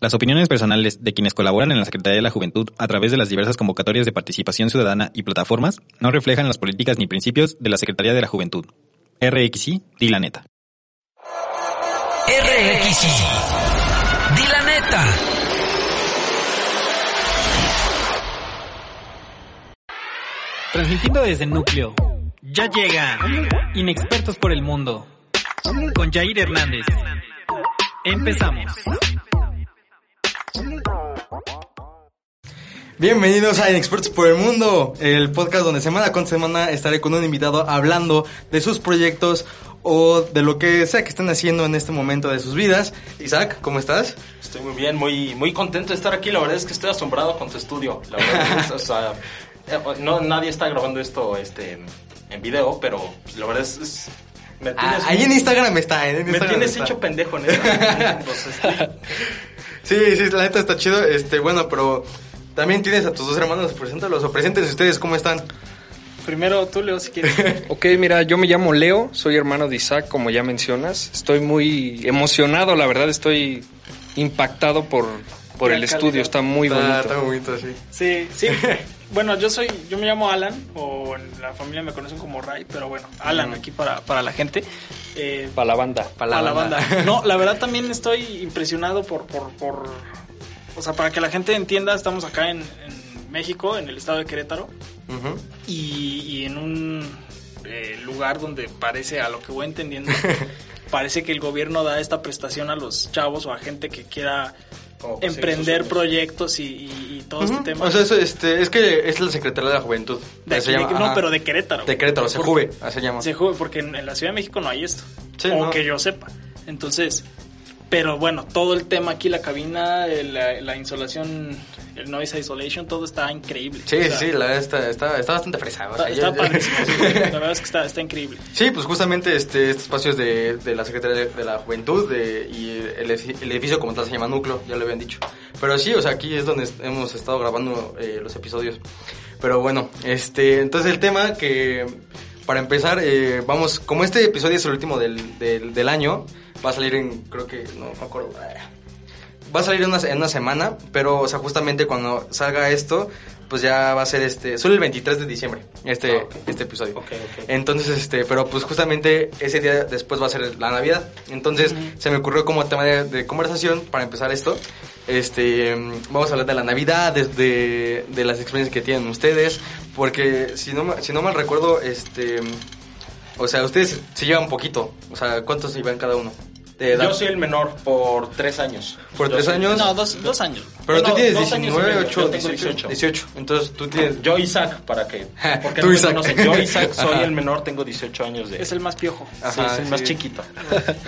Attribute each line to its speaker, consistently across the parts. Speaker 1: Las opiniones personales de quienes colaboran en la Secretaría de la Juventud a través de las diversas convocatorias de participación ciudadana y plataformas no reflejan las políticas ni principios de la Secretaría de la Juventud. RXI, di la neta.
Speaker 2: RXI, di la neta.
Speaker 3: Transmitiendo desde el núcleo, ya llega Inexpertos por el Mundo con Jair Hernández. Empezamos.
Speaker 4: Bienvenidos a Inexpertos por el Mundo, el podcast donde semana con semana estaré con un invitado hablando de sus proyectos o de lo que sea que estén haciendo en este momento de sus vidas. Isaac, ¿cómo estás?
Speaker 5: Estoy muy bien, muy, muy contento de estar aquí. La verdad es que estoy asombrado con tu estudio. La verdad es, o sea, eh, no, nadie está grabando esto este, en video, pero pues, la verdad es. es- me
Speaker 4: Ah,
Speaker 5: tienes,
Speaker 4: ahí en Instagram está. eh, En
Speaker 5: me
Speaker 4: Instagram
Speaker 5: tienes
Speaker 4: está.
Speaker 5: hecho pendejo en eso.
Speaker 4: Sí, sí, la neta está chido. Este, bueno, pero también tienes a tus dos hermanos, preséntalos o preséntense ustedes, ¿cómo están?
Speaker 5: Primero tú, Leo, si quieres.
Speaker 6: Ok, mira, yo me llamo Leo, soy hermano de Isaac, como ya mencionas. Estoy muy emocionado, la verdad, estoy impactado por, por
Speaker 7: La
Speaker 6: el
Speaker 7: calidad.
Speaker 6: estudio, está muy
Speaker 4: está,
Speaker 6: bonito.
Speaker 4: está bonito, sí.
Speaker 7: Sí, sí. Bueno, yo soy, yo me llamo Alan, o en la familia me conocen como Ray, pero bueno, Alan aquí para, para la gente. Eh,
Speaker 6: Mm. Para la banda.
Speaker 7: para la banda. No, la verdad también estoy impresionado por, por, por- o sea, para que la gente entienda, estamos acá en, en México, en el estado de Querétaro,
Speaker 4: Ujú.
Speaker 7: y, y en un eh, lugar donde parece, a lo que voy entendiendo, parece que el gobierno da esta prestación a los chavos o a gente que quiera
Speaker 5: Como que
Speaker 7: emprender
Speaker 5: sí,
Speaker 7: proyectos y, y- y todo
Speaker 4: Ujú.
Speaker 7: este tema.
Speaker 4: O sea, es, este, es que es la Secretaría de la Juventud.
Speaker 7: De
Speaker 4: Se
Speaker 7: aquí,
Speaker 4: llama,
Speaker 7: de- no,
Speaker 4: ajá.
Speaker 7: pero de Querétaro.
Speaker 4: De Querétaro, se
Speaker 7: Porque-
Speaker 4: jube, así se llama.
Speaker 7: Se jube, porque en, en la Ciudad de México no hay esto.
Speaker 4: Sí,
Speaker 7: o
Speaker 4: no.
Speaker 7: que yo sepa. Entonces, pero bueno, todo el tema aquí, la cabina, eh, la, la insolación, el noise isolation, todo está increíble.
Speaker 4: Sí,
Speaker 7: O sea,
Speaker 4: sí, la, está, está, está bastante fresado.
Speaker 7: Está, está padrísimo. sí, la verdad es que está, está increíble.
Speaker 4: Sí, pues justamente este, este espacio es de, de la Secretaría de, de la Juventud de- y el, edifi- el edificio como tal se llama Núcleo, ya lo habían dicho. Pero sí, o sea, aquí es donde est- hemos estado grabando eh, los episodios. Pero bueno, este, entonces el tema que para empezar, eh, vamos, como este episodio es el último del, del, del año, va a salir en, creo que, no me acuerdo, eh, va a salir en una, en una semana, pero, o sea, justamente cuando salga esto, pues ya va a ser este, solo el 23 de diciembre, este,
Speaker 5: Ah, ok.
Speaker 4: este episodio.
Speaker 5: Ok, ok.
Speaker 4: Entonces, este, pero pues justamente ese día después va a ser la Navidad. Entonces, se me ocurrió como tema de, de conversación para empezar esto. Este, mm, vamos a hablar de la Navidad, de, de- de las experiencias que tienen ustedes, porque si no, ma- si no mal recuerdo, este, mm, o sea, ustedes se llevan poquito, o sea, ¿cuántos se llevan cada uno? De edad.
Speaker 5: Yo soy el menor por tres años.
Speaker 4: Por
Speaker 5: Yo
Speaker 4: tres
Speaker 5: soy-
Speaker 4: años.
Speaker 7: No, dos, dos años.
Speaker 4: Pero
Speaker 5: No,
Speaker 4: tú tienes
Speaker 5: dos años y
Speaker 4: 19,
Speaker 5: medio,
Speaker 4: 8,
Speaker 5: yo tengo
Speaker 4: 18.
Speaker 5: 18.
Speaker 4: 18. Entonces tú tienes.
Speaker 5: Yo, Isaac, para que. Porque
Speaker 4: Tú,
Speaker 5: no me
Speaker 4: Isaac.
Speaker 5: conocen. Yo, Isaac, soy el menor, tengo 18 años de.
Speaker 7: Es el más piojo.
Speaker 5: Sí,
Speaker 4: Ajá,
Speaker 5: es el más
Speaker 4: sí.
Speaker 5: chiquito.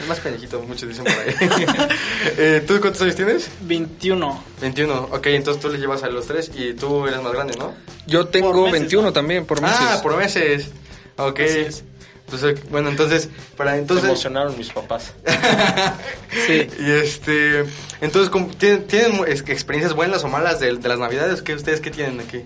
Speaker 4: Es más pendejito, muchos dicen por ahí. Eh, ¿Tú cuántos años tienes?
Speaker 7: 21.
Speaker 4: 21. Ok, entonces tú le llevas a los tres y tú eres más grande, ¿no?
Speaker 6: Yo tengo
Speaker 7: Por meses,
Speaker 6: 21
Speaker 7: ¿no?
Speaker 6: también, por meses.
Speaker 4: Ah, por meses. Ok.
Speaker 7: Así es.
Speaker 4: Pues, ok, bueno, entonces, para
Speaker 5: Se
Speaker 4: entonces.
Speaker 5: emocionaron mis papás.
Speaker 7: Sí.
Speaker 4: Y este. Entonces, ¿cómo- ¿tienen, tienen es- experiencias buenas o malas de, de las navidades? ¿Qué, ¿Ustedes qué tienen aquí?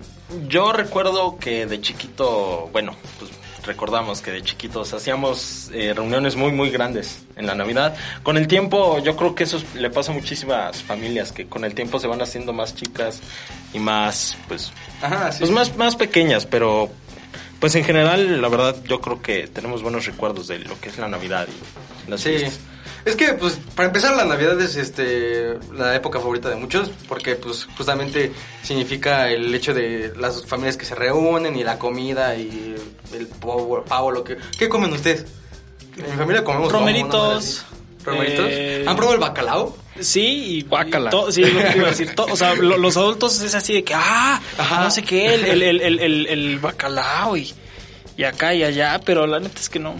Speaker 5: Yo recuerdo que de chiquito, bueno, pues recordamos que de chiquitos hacíamos eh, reuniones muy, muy grandes en la Navidad. Con el tiempo, yo creo que eso es- le pasa a muchísimas familias, que con el tiempo se van haciendo más chicas y más, pues,
Speaker 4: Ajá, sí.
Speaker 5: pues más, más pequeñas, pero pues en general, la verdad, yo creo que tenemos buenos recuerdos de lo que es la Navidad y las
Speaker 4: Sí.
Speaker 5: fiestas.
Speaker 4: Es que, pues, para empezar, la Navidad es este, la época favorita de muchos, porque, pues, justamente significa el hecho de las familias que se reúnen y la comida y el pavo, pavo, lo que. ¿Qué comen ustedes? En mi familia comemos pavo, ¿no?
Speaker 7: Romeritos,
Speaker 4: ¿Romeritos?
Speaker 7: eh,
Speaker 4: ¿Han probado el bacalao?
Speaker 7: Sí, y,
Speaker 6: Guácala.
Speaker 7: y to- sí, es lo que te iba a decir. To- o sea, lo- los adultos es así de que, ah,
Speaker 4: Ajá.
Speaker 7: no sé qué, el, el, el, el, el- el bacalao y, y acá y allá, pero la neta es que no.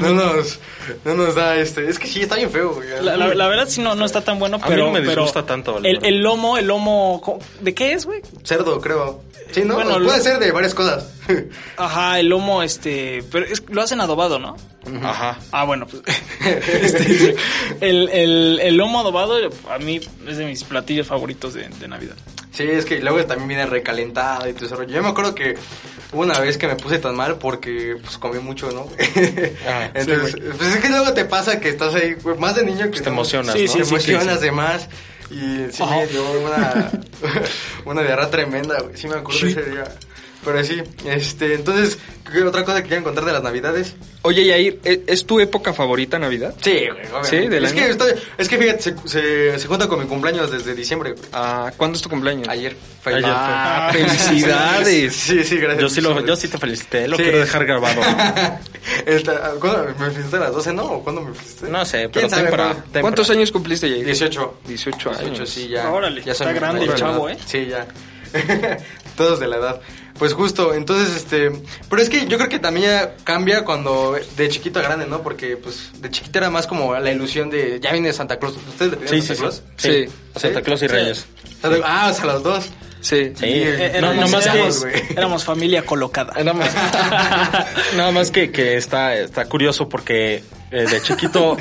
Speaker 4: no, nos, no nos da este. Es que sí, está bien feo. güey.
Speaker 7: La, la- la verdad sí no, no está tan bueno,
Speaker 5: A mí
Speaker 7: pero...
Speaker 5: no me
Speaker 7: pero
Speaker 5: disgusta tanto, la
Speaker 7: El,
Speaker 5: verdad.
Speaker 7: el lomo, el lomo... ¿cómo- ¿De qué es, güey?
Speaker 4: Cerdo, creo. Sí, ¿no?
Speaker 7: Bueno,
Speaker 4: Puede
Speaker 7: lo-
Speaker 4: ser de varias cosas.
Speaker 7: Ajá, el lomo, este... Pero es- lo hacen adobado, ¿no?
Speaker 5: Ajá.
Speaker 7: Ah, bueno, pues... este, el, el, el lomo adobado a mí es de mis platillos favoritos de, de Navidad.
Speaker 4: Sí, es que luego también viene recalentado y todo ese rollo. Yo me acuerdo que hubo una vez que me puse tan mal porque pues comí mucho, ¿no?
Speaker 5: Ah, sí,
Speaker 4: Entonces, pues es que luego te pasa que estás ahí, güey, más de niño que
Speaker 5: Pues te emocionas,
Speaker 4: Sí,
Speaker 5: ¿no?
Speaker 4: sí, te
Speaker 5: Sí, sí,
Speaker 4: emocionas
Speaker 5: sí.
Speaker 4: de más. Y sí me dio una, una diarrea tremenda, güey. Sí me acuerdo de ese día. Pero sí, este, entonces, ¿qué otra cosa que quieran contar de las navidades?
Speaker 6: Oye, Yair, ¿e- ¿es tu época favorita Navidad?
Speaker 4: Sí, güey, obviamente.
Speaker 6: Sí, del
Speaker 4: es,
Speaker 6: año.
Speaker 4: que estoy- es que fíjate, se, se, se junta con mi cumpleaños desde diciembre, güey.
Speaker 6: Ah, ¿Cuándo es tu cumpleaños?
Speaker 4: Ayer.
Speaker 5: Ayer fue.
Speaker 6: Ah, felicidades.
Speaker 4: Sí, sí, gracias.
Speaker 5: Yo sí, lo, yo sí te felicité, lo
Speaker 4: Sí.
Speaker 5: quiero dejar grabado.
Speaker 4: Esta- ¿cuándo me felicitaste a las 12, no? ¿O cuándo me felicitaste?
Speaker 5: No sé, pero
Speaker 4: ¿Quién sabe,
Speaker 5: temprano.
Speaker 4: güey?
Speaker 5: temprano.
Speaker 6: ¿Cuántos años cumpliste, Yair?
Speaker 4: 18.
Speaker 6: 18 años.
Speaker 4: 18, sí, ya.
Speaker 7: Órale,
Speaker 4: ya
Speaker 7: está
Speaker 4: soy-
Speaker 7: grande el
Speaker 4: ya soy-
Speaker 7: chavo, ¿eh?
Speaker 4: Sí, ya. Todos de la edad. Pues justo, entonces, este... Pero es que yo creo que también ya cambia cuando de chiquito a grande, ¿no? Porque, pues, de chiquito era más como la ilusión de... Ya viene Santa Claus. ¿Ustedes le
Speaker 5: Sí,
Speaker 4: pedían
Speaker 5: sí,
Speaker 4: Santa
Speaker 5: sí.
Speaker 4: Claus?
Speaker 5: Sí.
Speaker 6: Sí.
Speaker 5: Santa Claus y Reyes.
Speaker 4: Santa- Ah, o sea, los dos.
Speaker 6: Sí.
Speaker 5: Sí.
Speaker 4: Eh,
Speaker 5: No,
Speaker 7: éramos,
Speaker 5: no más que
Speaker 7: éramos-
Speaker 4: güey.
Speaker 7: éramos familia colocada.
Speaker 5: Nada más, nada más que, que está, está curioso porque eh, de chiquito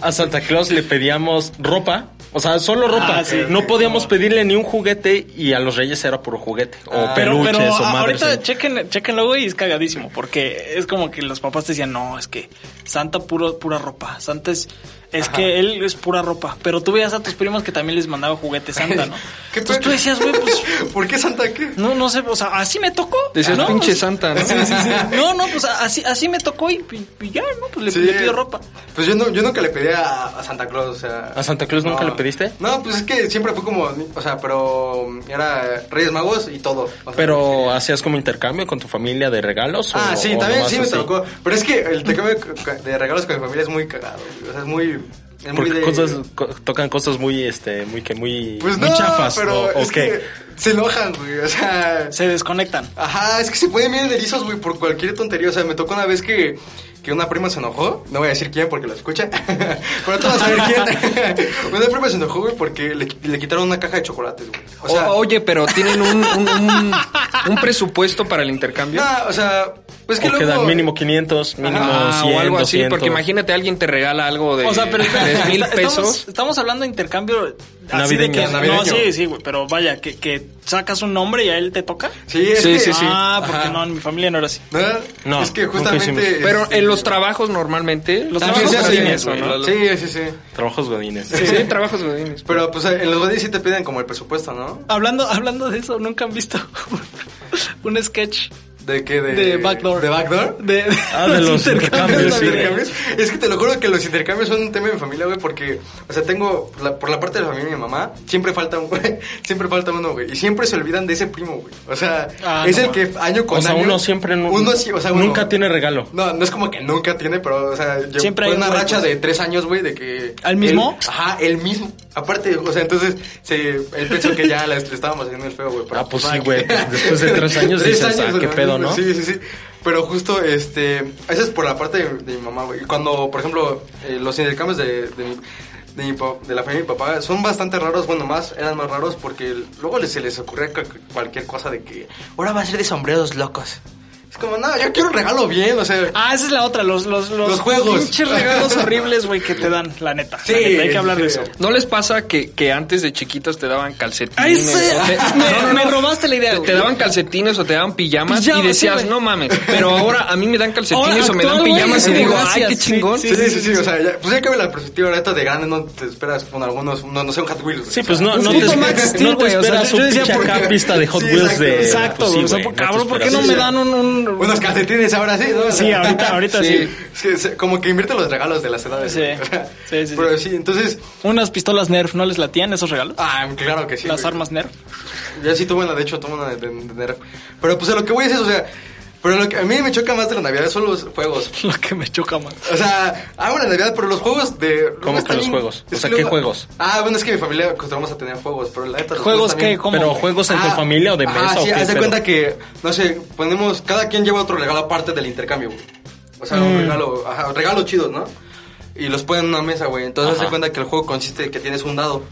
Speaker 5: a Santa Claus le pedíamos ropa. O sea, solo ropa.
Speaker 7: Ah, sí.
Speaker 5: No podíamos pedirle ni un juguete y a los reyes era puro juguete. O
Speaker 4: Ah.
Speaker 5: peluches
Speaker 7: Pero, pero
Speaker 5: o
Speaker 7: a-
Speaker 5: madres. eh.
Speaker 7: ahorita chequen, chequenlo, güey, y es cagadísimo. Porque es como que los papás te decían, no, es que Santa puro, pura ropa. Santa es, es que él es pura ropa. Pero tú veías a tus primos que también les mandaba juguetes Santa, ¿no?
Speaker 4: ¿Qué
Speaker 7: Entonces
Speaker 4: pe-
Speaker 7: tú decías, güey, pues
Speaker 4: ¿Por qué Santa qué?
Speaker 7: no, no sé, o sea, así me tocó.
Speaker 6: Decías,
Speaker 7: ¿no?
Speaker 6: pinche santa, ¿no?
Speaker 7: No, no, pues así, así me tocó y, y ya, ¿no? Pues le,
Speaker 4: Sí.
Speaker 7: le pido ropa.
Speaker 4: Pues yo, no, yo nunca le pedí a, a Santa Claus, o sea...
Speaker 5: ¿A Santa Claus nunca le pediste?
Speaker 4: No, pues es que siempre fue como... O sea, pero... um, Era Reyes Magos y todo. O sea,
Speaker 5: Pero hacías como intercambio con tu familia de regalos.
Speaker 4: Ah,
Speaker 5: o-
Speaker 4: sí,
Speaker 5: o
Speaker 4: también
Speaker 5: nomás
Speaker 4: sí me
Speaker 5: así?
Speaker 4: tocó. Pero es que el intercambio de- de regalos con mi familia es muy cagado. güey. O sea, es muy. Es muy
Speaker 5: Porque
Speaker 4: de.
Speaker 5: cosas, co- tocan cosas muy, este, muy que muy,
Speaker 4: pues
Speaker 5: muy
Speaker 4: no,
Speaker 5: chafas.
Speaker 4: pero
Speaker 5: o, o
Speaker 4: es
Speaker 5: qué.
Speaker 4: que se enojan, güey. O sea.
Speaker 7: Se desconectan.
Speaker 4: Ajá, es que se pueden bien erizos, güey, por cualquier tontería. O sea, me tocó una vez que, que una prima se enojó. No voy a decir quién porque la escucha. pero todos saben quién. una prima se enojó, güey, porque le, le quitaron una caja de chocolates, güey. O sea,
Speaker 6: O- oye, pero tienen un, un- un- un presupuesto para el intercambio.
Speaker 4: nah, o sea, pues que
Speaker 5: o que
Speaker 4: luego.
Speaker 5: dan mínimo 500, mínimo
Speaker 6: Ah,
Speaker 5: 100,
Speaker 6: o algo así,
Speaker 5: 200.
Speaker 6: porque imagínate, alguien te regala algo de
Speaker 7: O sea, pero espera,
Speaker 6: tres Este, mil
Speaker 7: está- estamos, este,
Speaker 6: pesos.
Speaker 7: estamos hablando de intercambio así de
Speaker 5: Navideño,
Speaker 7: que,
Speaker 4: navideño.
Speaker 7: No, sí, sí, güey, pero vaya, que, que sacas un nombre y a él te toca.
Speaker 4: Sí, es
Speaker 6: Sí,
Speaker 4: que-
Speaker 6: sí, sí.
Speaker 7: Ah, porque
Speaker 4: Ajá.
Speaker 7: no, en mi familia no era así.
Speaker 4: ¿No?
Speaker 5: No,
Speaker 4: es que
Speaker 5: nunca
Speaker 4: justamente.
Speaker 5: hicimos.
Speaker 6: Pero
Speaker 4: este,
Speaker 6: en los trabajos normalmente...
Speaker 7: Los
Speaker 4: también
Speaker 7: trabajos
Speaker 4: se hacen
Speaker 7: godines,
Speaker 4: eso,
Speaker 6: ¿no?
Speaker 4: ¿no? Sí, sí, sí.
Speaker 5: Trabajos godines.
Speaker 6: Sí, trabajos godines.
Speaker 4: Pero pues en los godines sí te piden como el presupuesto, ¿no?
Speaker 7: Hablando, hablando de eso, nunca han visto un, un sketch
Speaker 4: De que de,
Speaker 7: de Backdoor.
Speaker 4: De Backdoor.
Speaker 7: De, de
Speaker 5: Ah, de los intercambios,
Speaker 4: Los
Speaker 5: sí.
Speaker 4: intercambios. Es que te lo juro que los intercambios son un tema de mi familia, güey, porque, o sea, tengo, por la- por la parte de la familia de mi mamá, siempre falta un, güey, siempre falta uno, güey, y siempre se olvidan de ese primo, güey. O sea,
Speaker 7: Ah,
Speaker 4: es
Speaker 7: no,
Speaker 4: el que año con
Speaker 5: O sea,
Speaker 4: año-
Speaker 5: uno siempre nu-
Speaker 4: uno sí, o sea, uno-
Speaker 5: nunca tiene regalo.
Speaker 4: No, no es como que nunca tiene, pero, o sea, yo-
Speaker 7: Siempre hay
Speaker 4: fue una
Speaker 7: uno,
Speaker 4: racha
Speaker 7: pues.
Speaker 4: de tres años, güey, de que...
Speaker 7: ¿Al mismo?
Speaker 4: él- ajá, el mismo. Aparte, o sea, entonces, se, él pensó que ya le, le estábamos haciendo el feo, güey. pero
Speaker 5: Ah, pues
Speaker 4: nada
Speaker 5: sí,
Speaker 4: que-
Speaker 5: güey, pues, después de tres años dices, ah,
Speaker 4: güey,
Speaker 5: qué pedo, ¿no?
Speaker 4: Sí, sí, sí. Pero justo, este, eso es por la parte de, de mi mamá, güey. Y Cuando, por ejemplo, eh, los intercambios de, de mi... De, mi pa- de la familia de mi papá son bastante raros, bueno, más eran más raros porque luego les, se les ocurría cu- cualquier cosa de que ahora va a ser de sombreros locos. Es como, no, yo quiero un regalo bien, o sea.
Speaker 7: Ah, esa es la otra, los, los, los,
Speaker 4: Los juegos.
Speaker 7: pinches regalos horribles, güey, que te dan, la neta.
Speaker 4: Sí,
Speaker 7: La neta, hay que hablar de
Speaker 4: sí.
Speaker 7: eso.
Speaker 6: ¿No les pasa que, que antes de chiquitos te daban
Speaker 7: Ay,
Speaker 6: calcetines?
Speaker 7: sí,
Speaker 6: o te-
Speaker 7: me,
Speaker 6: No, no, no.
Speaker 7: me robaste la idea,
Speaker 6: Te-
Speaker 7: güey.
Speaker 6: Te daban calcetines o te daban pijamas
Speaker 7: Pijamas,
Speaker 6: y decías,
Speaker 7: sí, güey.
Speaker 6: no mames, pero ahora a mí me dan calcetines
Speaker 7: Ahora
Speaker 6: o me dan
Speaker 7: actual, güey,
Speaker 6: pijamas y
Speaker 7: sí,
Speaker 6: digo, ay,
Speaker 7: gracias,
Speaker 6: qué
Speaker 7: sí,
Speaker 6: chingón.
Speaker 4: Sí, sí, sí, sí, o sea, ya, pues ya cabe la perspectiva ahorita de grande, no te esperas con algunos, no, no sé, un Hot Wheels. güey,
Speaker 5: Sí,
Speaker 4: o
Speaker 5: pues
Speaker 4: sea.
Speaker 5: no,
Speaker 7: Un
Speaker 5: no, te,
Speaker 7: puto
Speaker 5: espe-
Speaker 7: Max Steel,
Speaker 5: no te
Speaker 7: güey, o sea,
Speaker 5: esperas
Speaker 7: yo
Speaker 5: un
Speaker 7: decía,
Speaker 5: pinche
Speaker 7: ¿por qué?
Speaker 5: acá pista de Hot
Speaker 4: Sí,
Speaker 5: Wheels
Speaker 4: exacto,
Speaker 5: de...
Speaker 7: Exacto,
Speaker 5: pues sí,
Speaker 7: güey, o sea,
Speaker 5: güey,
Speaker 7: por-
Speaker 5: no te
Speaker 7: cabrón, ¿por qué no
Speaker 5: esperas
Speaker 7: me
Speaker 5: eso.
Speaker 7: dan un... un-
Speaker 4: Unos calcetines ahora sí, ¿no? O sea,
Speaker 7: Sí, ahorita, ahorita sí.
Speaker 6: Sí.
Speaker 4: es que se- como que invierte los regalos de las edades.
Speaker 7: Sí.
Speaker 4: güey, o sea,
Speaker 7: Sí, sí,
Speaker 4: Pero sí, entonces,
Speaker 7: Unas pistolas Nerf, ¿no les latían esos regalos?
Speaker 4: ah, claro que sí.
Speaker 7: Las
Speaker 4: güey.
Speaker 7: armas Nerf.
Speaker 4: Ya sí tuve una, de hecho, tuve una de, de- de Nerf. Pero pues a lo que voy es eso, o sea, pero lo que a mí me choca más de la Navidad son los juegos.
Speaker 7: Lo que me choca más.
Speaker 4: O sea, amo la Navidad, pero los juegos de...
Speaker 5: ¿Cómo que
Speaker 4: están
Speaker 5: los
Speaker 4: bien-
Speaker 5: juegos? O
Speaker 4: es
Speaker 5: sea,
Speaker 4: que
Speaker 5: ¿qué
Speaker 4: luego-
Speaker 5: juegos?
Speaker 4: Ah, bueno, es que mi familia acostumbramos a tener juegos, pero la neta... los
Speaker 7: ¿Juegos
Speaker 4: también-
Speaker 7: qué? ¿Cómo?
Speaker 5: Pero juegos en tu
Speaker 4: Ah,
Speaker 5: familia o de
Speaker 4: ajá,
Speaker 5: mesa o
Speaker 4: sí,
Speaker 5: qué
Speaker 4: haz de
Speaker 5: pedo?
Speaker 4: cuenta que, no sé, ponemos, cada quien lleva otro regalo aparte del intercambio, güey. O sea,
Speaker 7: Mm.
Speaker 4: un regalo, ajá, regalo chido, ¿no? Y los ponen en una mesa, güey. Entonces haz de
Speaker 5: Ajá.
Speaker 4: cuenta que el juego consiste en que tienes un dado.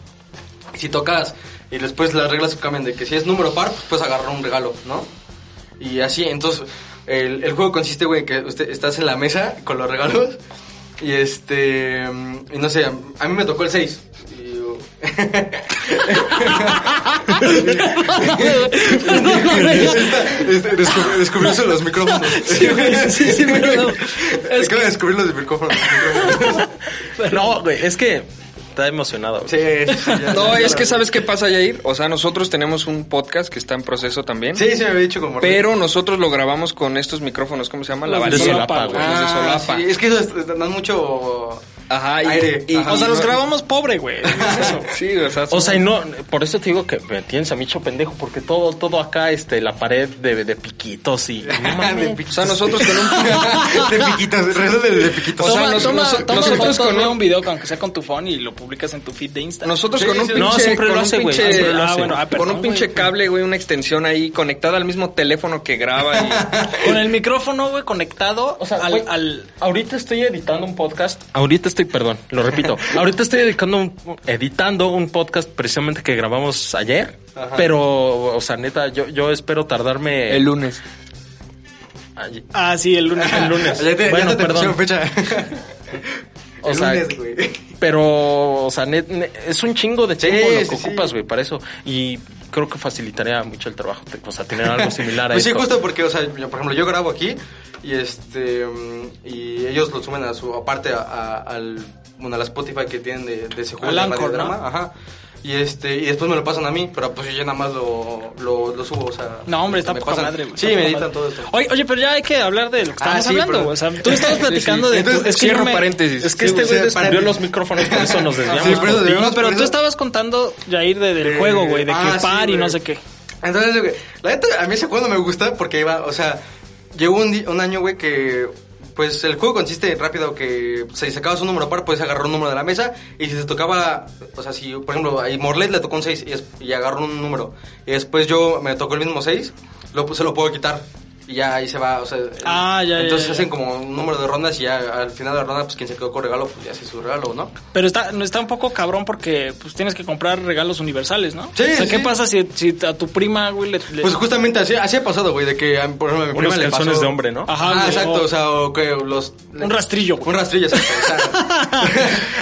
Speaker 4: Y si tocas, y después las reglas cambian de que si es número par, pues puedes agarrar un regalo, ¿no? Y así, entonces, el, el juego consiste, güey, en que usted, estás en la mesa con los regalos. Y este, mm, y no sé, a mí me tocó el 6. Descubrió descubrióse los micrófonos. Sí,
Speaker 7: sí, sí, perdón. Es
Speaker 4: Acabo de descubrir los micrófonos.
Speaker 5: No, güey, es que está emocionado. güey.
Speaker 4: Sí, sí, sí, ya-
Speaker 6: No,
Speaker 4: ya-
Speaker 6: es que ¿sabes qué pasa, Yair? O sea, nosotros tenemos un podcast que está en proceso también.
Speaker 4: Sí, sí, me había dicho como.
Speaker 6: Pero nosotros lo grabamos con estos micrófonos, ¿cómo se llama? La
Speaker 7: Los de
Speaker 6: varilla.
Speaker 7: solapa,
Speaker 6: Los
Speaker 7: güey.
Speaker 6: de
Speaker 4: Ah,
Speaker 6: solapa.
Speaker 4: sí, es que eso es- es- dan mucho.
Speaker 6: Ajá, y-
Speaker 4: Aire.
Speaker 6: y-
Speaker 4: Ajá.
Speaker 7: O sea, los grabamos pobre, güey.
Speaker 6: Sí, o sea,
Speaker 5: O sea, y no, por eso te digo que me tienes a micho pendejo, porque todo, todo acá, este, la pared de, de piquitos y. no mames.
Speaker 4: de
Speaker 6: o
Speaker 4: piquitos.
Speaker 6: sea, nosotros con un...
Speaker 4: de piquitos, resuelve de piquitos.
Speaker 6: O sea,
Speaker 7: toma,
Speaker 6: nos-
Speaker 7: toma,
Speaker 6: nos-
Speaker 7: toma
Speaker 6: nosotros
Speaker 7: fotos,
Speaker 6: con
Speaker 7: ve
Speaker 6: un-
Speaker 7: un video, aunque sea con tu phone, y lo publicas en tu feed de Instagram.
Speaker 6: Nosotros
Speaker 4: Sí,
Speaker 6: con un
Speaker 4: sí,
Speaker 6: pinche...
Speaker 4: sí.
Speaker 5: No, siempre lo
Speaker 6: con un
Speaker 5: hace, güey,
Speaker 6: pinche-
Speaker 5: siempre lo
Speaker 7: Ah, hace. bueno, ah,
Speaker 6: con un
Speaker 7: perdón,
Speaker 6: pinche
Speaker 7: güey.
Speaker 6: cable, güey, una extensión ahí conectada al mismo teléfono que graba y...
Speaker 7: Con el micrófono, güey, conectado
Speaker 5: O sea,
Speaker 7: al,
Speaker 5: güey,
Speaker 7: al-
Speaker 5: ahorita estoy editando un podcast. Ahorita estoy, perdón, lo repito. ahorita estoy dedicando un- editando un podcast precisamente que grabamos ayer. Pero, o sea, neta, yo, yo espero tardarme.
Speaker 6: lunes.
Speaker 5: ay-
Speaker 7: Ah, sí, el lunes.
Speaker 5: el lunes.
Speaker 4: Ya te,
Speaker 5: bueno,
Speaker 4: ya te pusieron
Speaker 5: perdón.
Speaker 4: fecha.
Speaker 5: O
Speaker 4: El
Speaker 5: sea,
Speaker 4: lunes, güey.
Speaker 5: Pero, o sea, net- ne- es un chingo de
Speaker 4: Sí,
Speaker 5: tiempo lo que
Speaker 4: sí,
Speaker 5: ocupas,
Speaker 4: sí.
Speaker 5: güey, para eso. Y creo que facilitaría mucho el trabajo, te- o sea, tener algo similar a
Speaker 4: Pues sí,
Speaker 5: esto.
Speaker 4: justo porque, o sea, yo, por ejemplo, yo grabo aquí y este mm, y ellos lo suben a su aparte a, a- al bueno, a la Spotify que tienen de, de ese juego
Speaker 7: Al
Speaker 4: de
Speaker 7: Anchor,
Speaker 4: radiodrama,
Speaker 7: ¿no?
Speaker 4: ajá. Y este y después me lo pasan a mí, pero pues yo ya nada más lo, lo, lo subo, o sea,
Speaker 7: No, hombre, está
Speaker 4: me
Speaker 7: poca
Speaker 4: pasan-
Speaker 7: madre, güey.
Speaker 4: Sí, me
Speaker 7: Está poca
Speaker 4: editan
Speaker 7: madre.
Speaker 4: todo esto.
Speaker 7: Oye, oye, pero ya hay que hablar de lo que
Speaker 4: Ah,
Speaker 7: estábamos
Speaker 4: sí,
Speaker 7: hablando.
Speaker 4: pero-
Speaker 7: O sea, tú estabas platicando
Speaker 4: Sí, sí.
Speaker 7: de... tu-
Speaker 4: Entonces,
Speaker 7: es que
Speaker 6: cierro
Speaker 7: yo me-
Speaker 6: paréntesis.
Speaker 5: Es
Speaker 4: Sí,
Speaker 5: que este
Speaker 4: o
Speaker 5: güey
Speaker 4: sea,
Speaker 5: descubrió
Speaker 4: párate.
Speaker 5: los micrófonos, por eso nos desviamos.
Speaker 4: Sí, por eso
Speaker 5: contigo.
Speaker 4: debemos-
Speaker 7: Pero
Speaker 4: Por
Speaker 7: tú
Speaker 4: eso-
Speaker 7: estabas contando, Jair, de- del
Speaker 4: Eh,
Speaker 7: juego, güey, de
Speaker 4: ah,
Speaker 7: clipar
Speaker 4: sí,
Speaker 7: y no
Speaker 4: güey.
Speaker 7: sé qué.
Speaker 4: Entonces, güey, la neta, a mí ese juego no me gusta porque iba, o sea, llegó un, di- un año, güey, que pues el juego consiste en rápido que si sacabas un número par, puedes agarrar un número de la mesa y si te tocaba, o sea, si por ejemplo a Morlet le tocó un 6 y, es- y agarró un número y después yo me tocó el mismo 6, lo, se lo puedo quitar. Y ya ahí se va, o sea,
Speaker 7: Ah, ya, ya,
Speaker 4: entonces
Speaker 7: ya, ya.
Speaker 4: hacen como un número de rondas y ya al final de la ronda, pues quien se quedó con regalo, pues ya hace su regalo, ¿no?
Speaker 7: Pero está, no, está un poco cabrón porque pues tienes que comprar regalos universales, ¿no?
Speaker 4: Sí,
Speaker 7: o sea, ¿qué
Speaker 4: sí.
Speaker 7: pasa si, si a tu prima, güey, le... le-
Speaker 4: Pues justamente así, así ha pasado, güey, de que a, por ejemplo, a mi
Speaker 5: Unos
Speaker 4: prima le pasó...
Speaker 5: calzones de hombre, ¿no?
Speaker 7: Ajá,
Speaker 4: Ajá,
Speaker 7: güey,
Speaker 4: Ah, exacto,
Speaker 7: o-
Speaker 4: o sea, o que los...
Speaker 7: Un rastrillo, güey.
Speaker 4: Un rastrillo, exacto. o sea.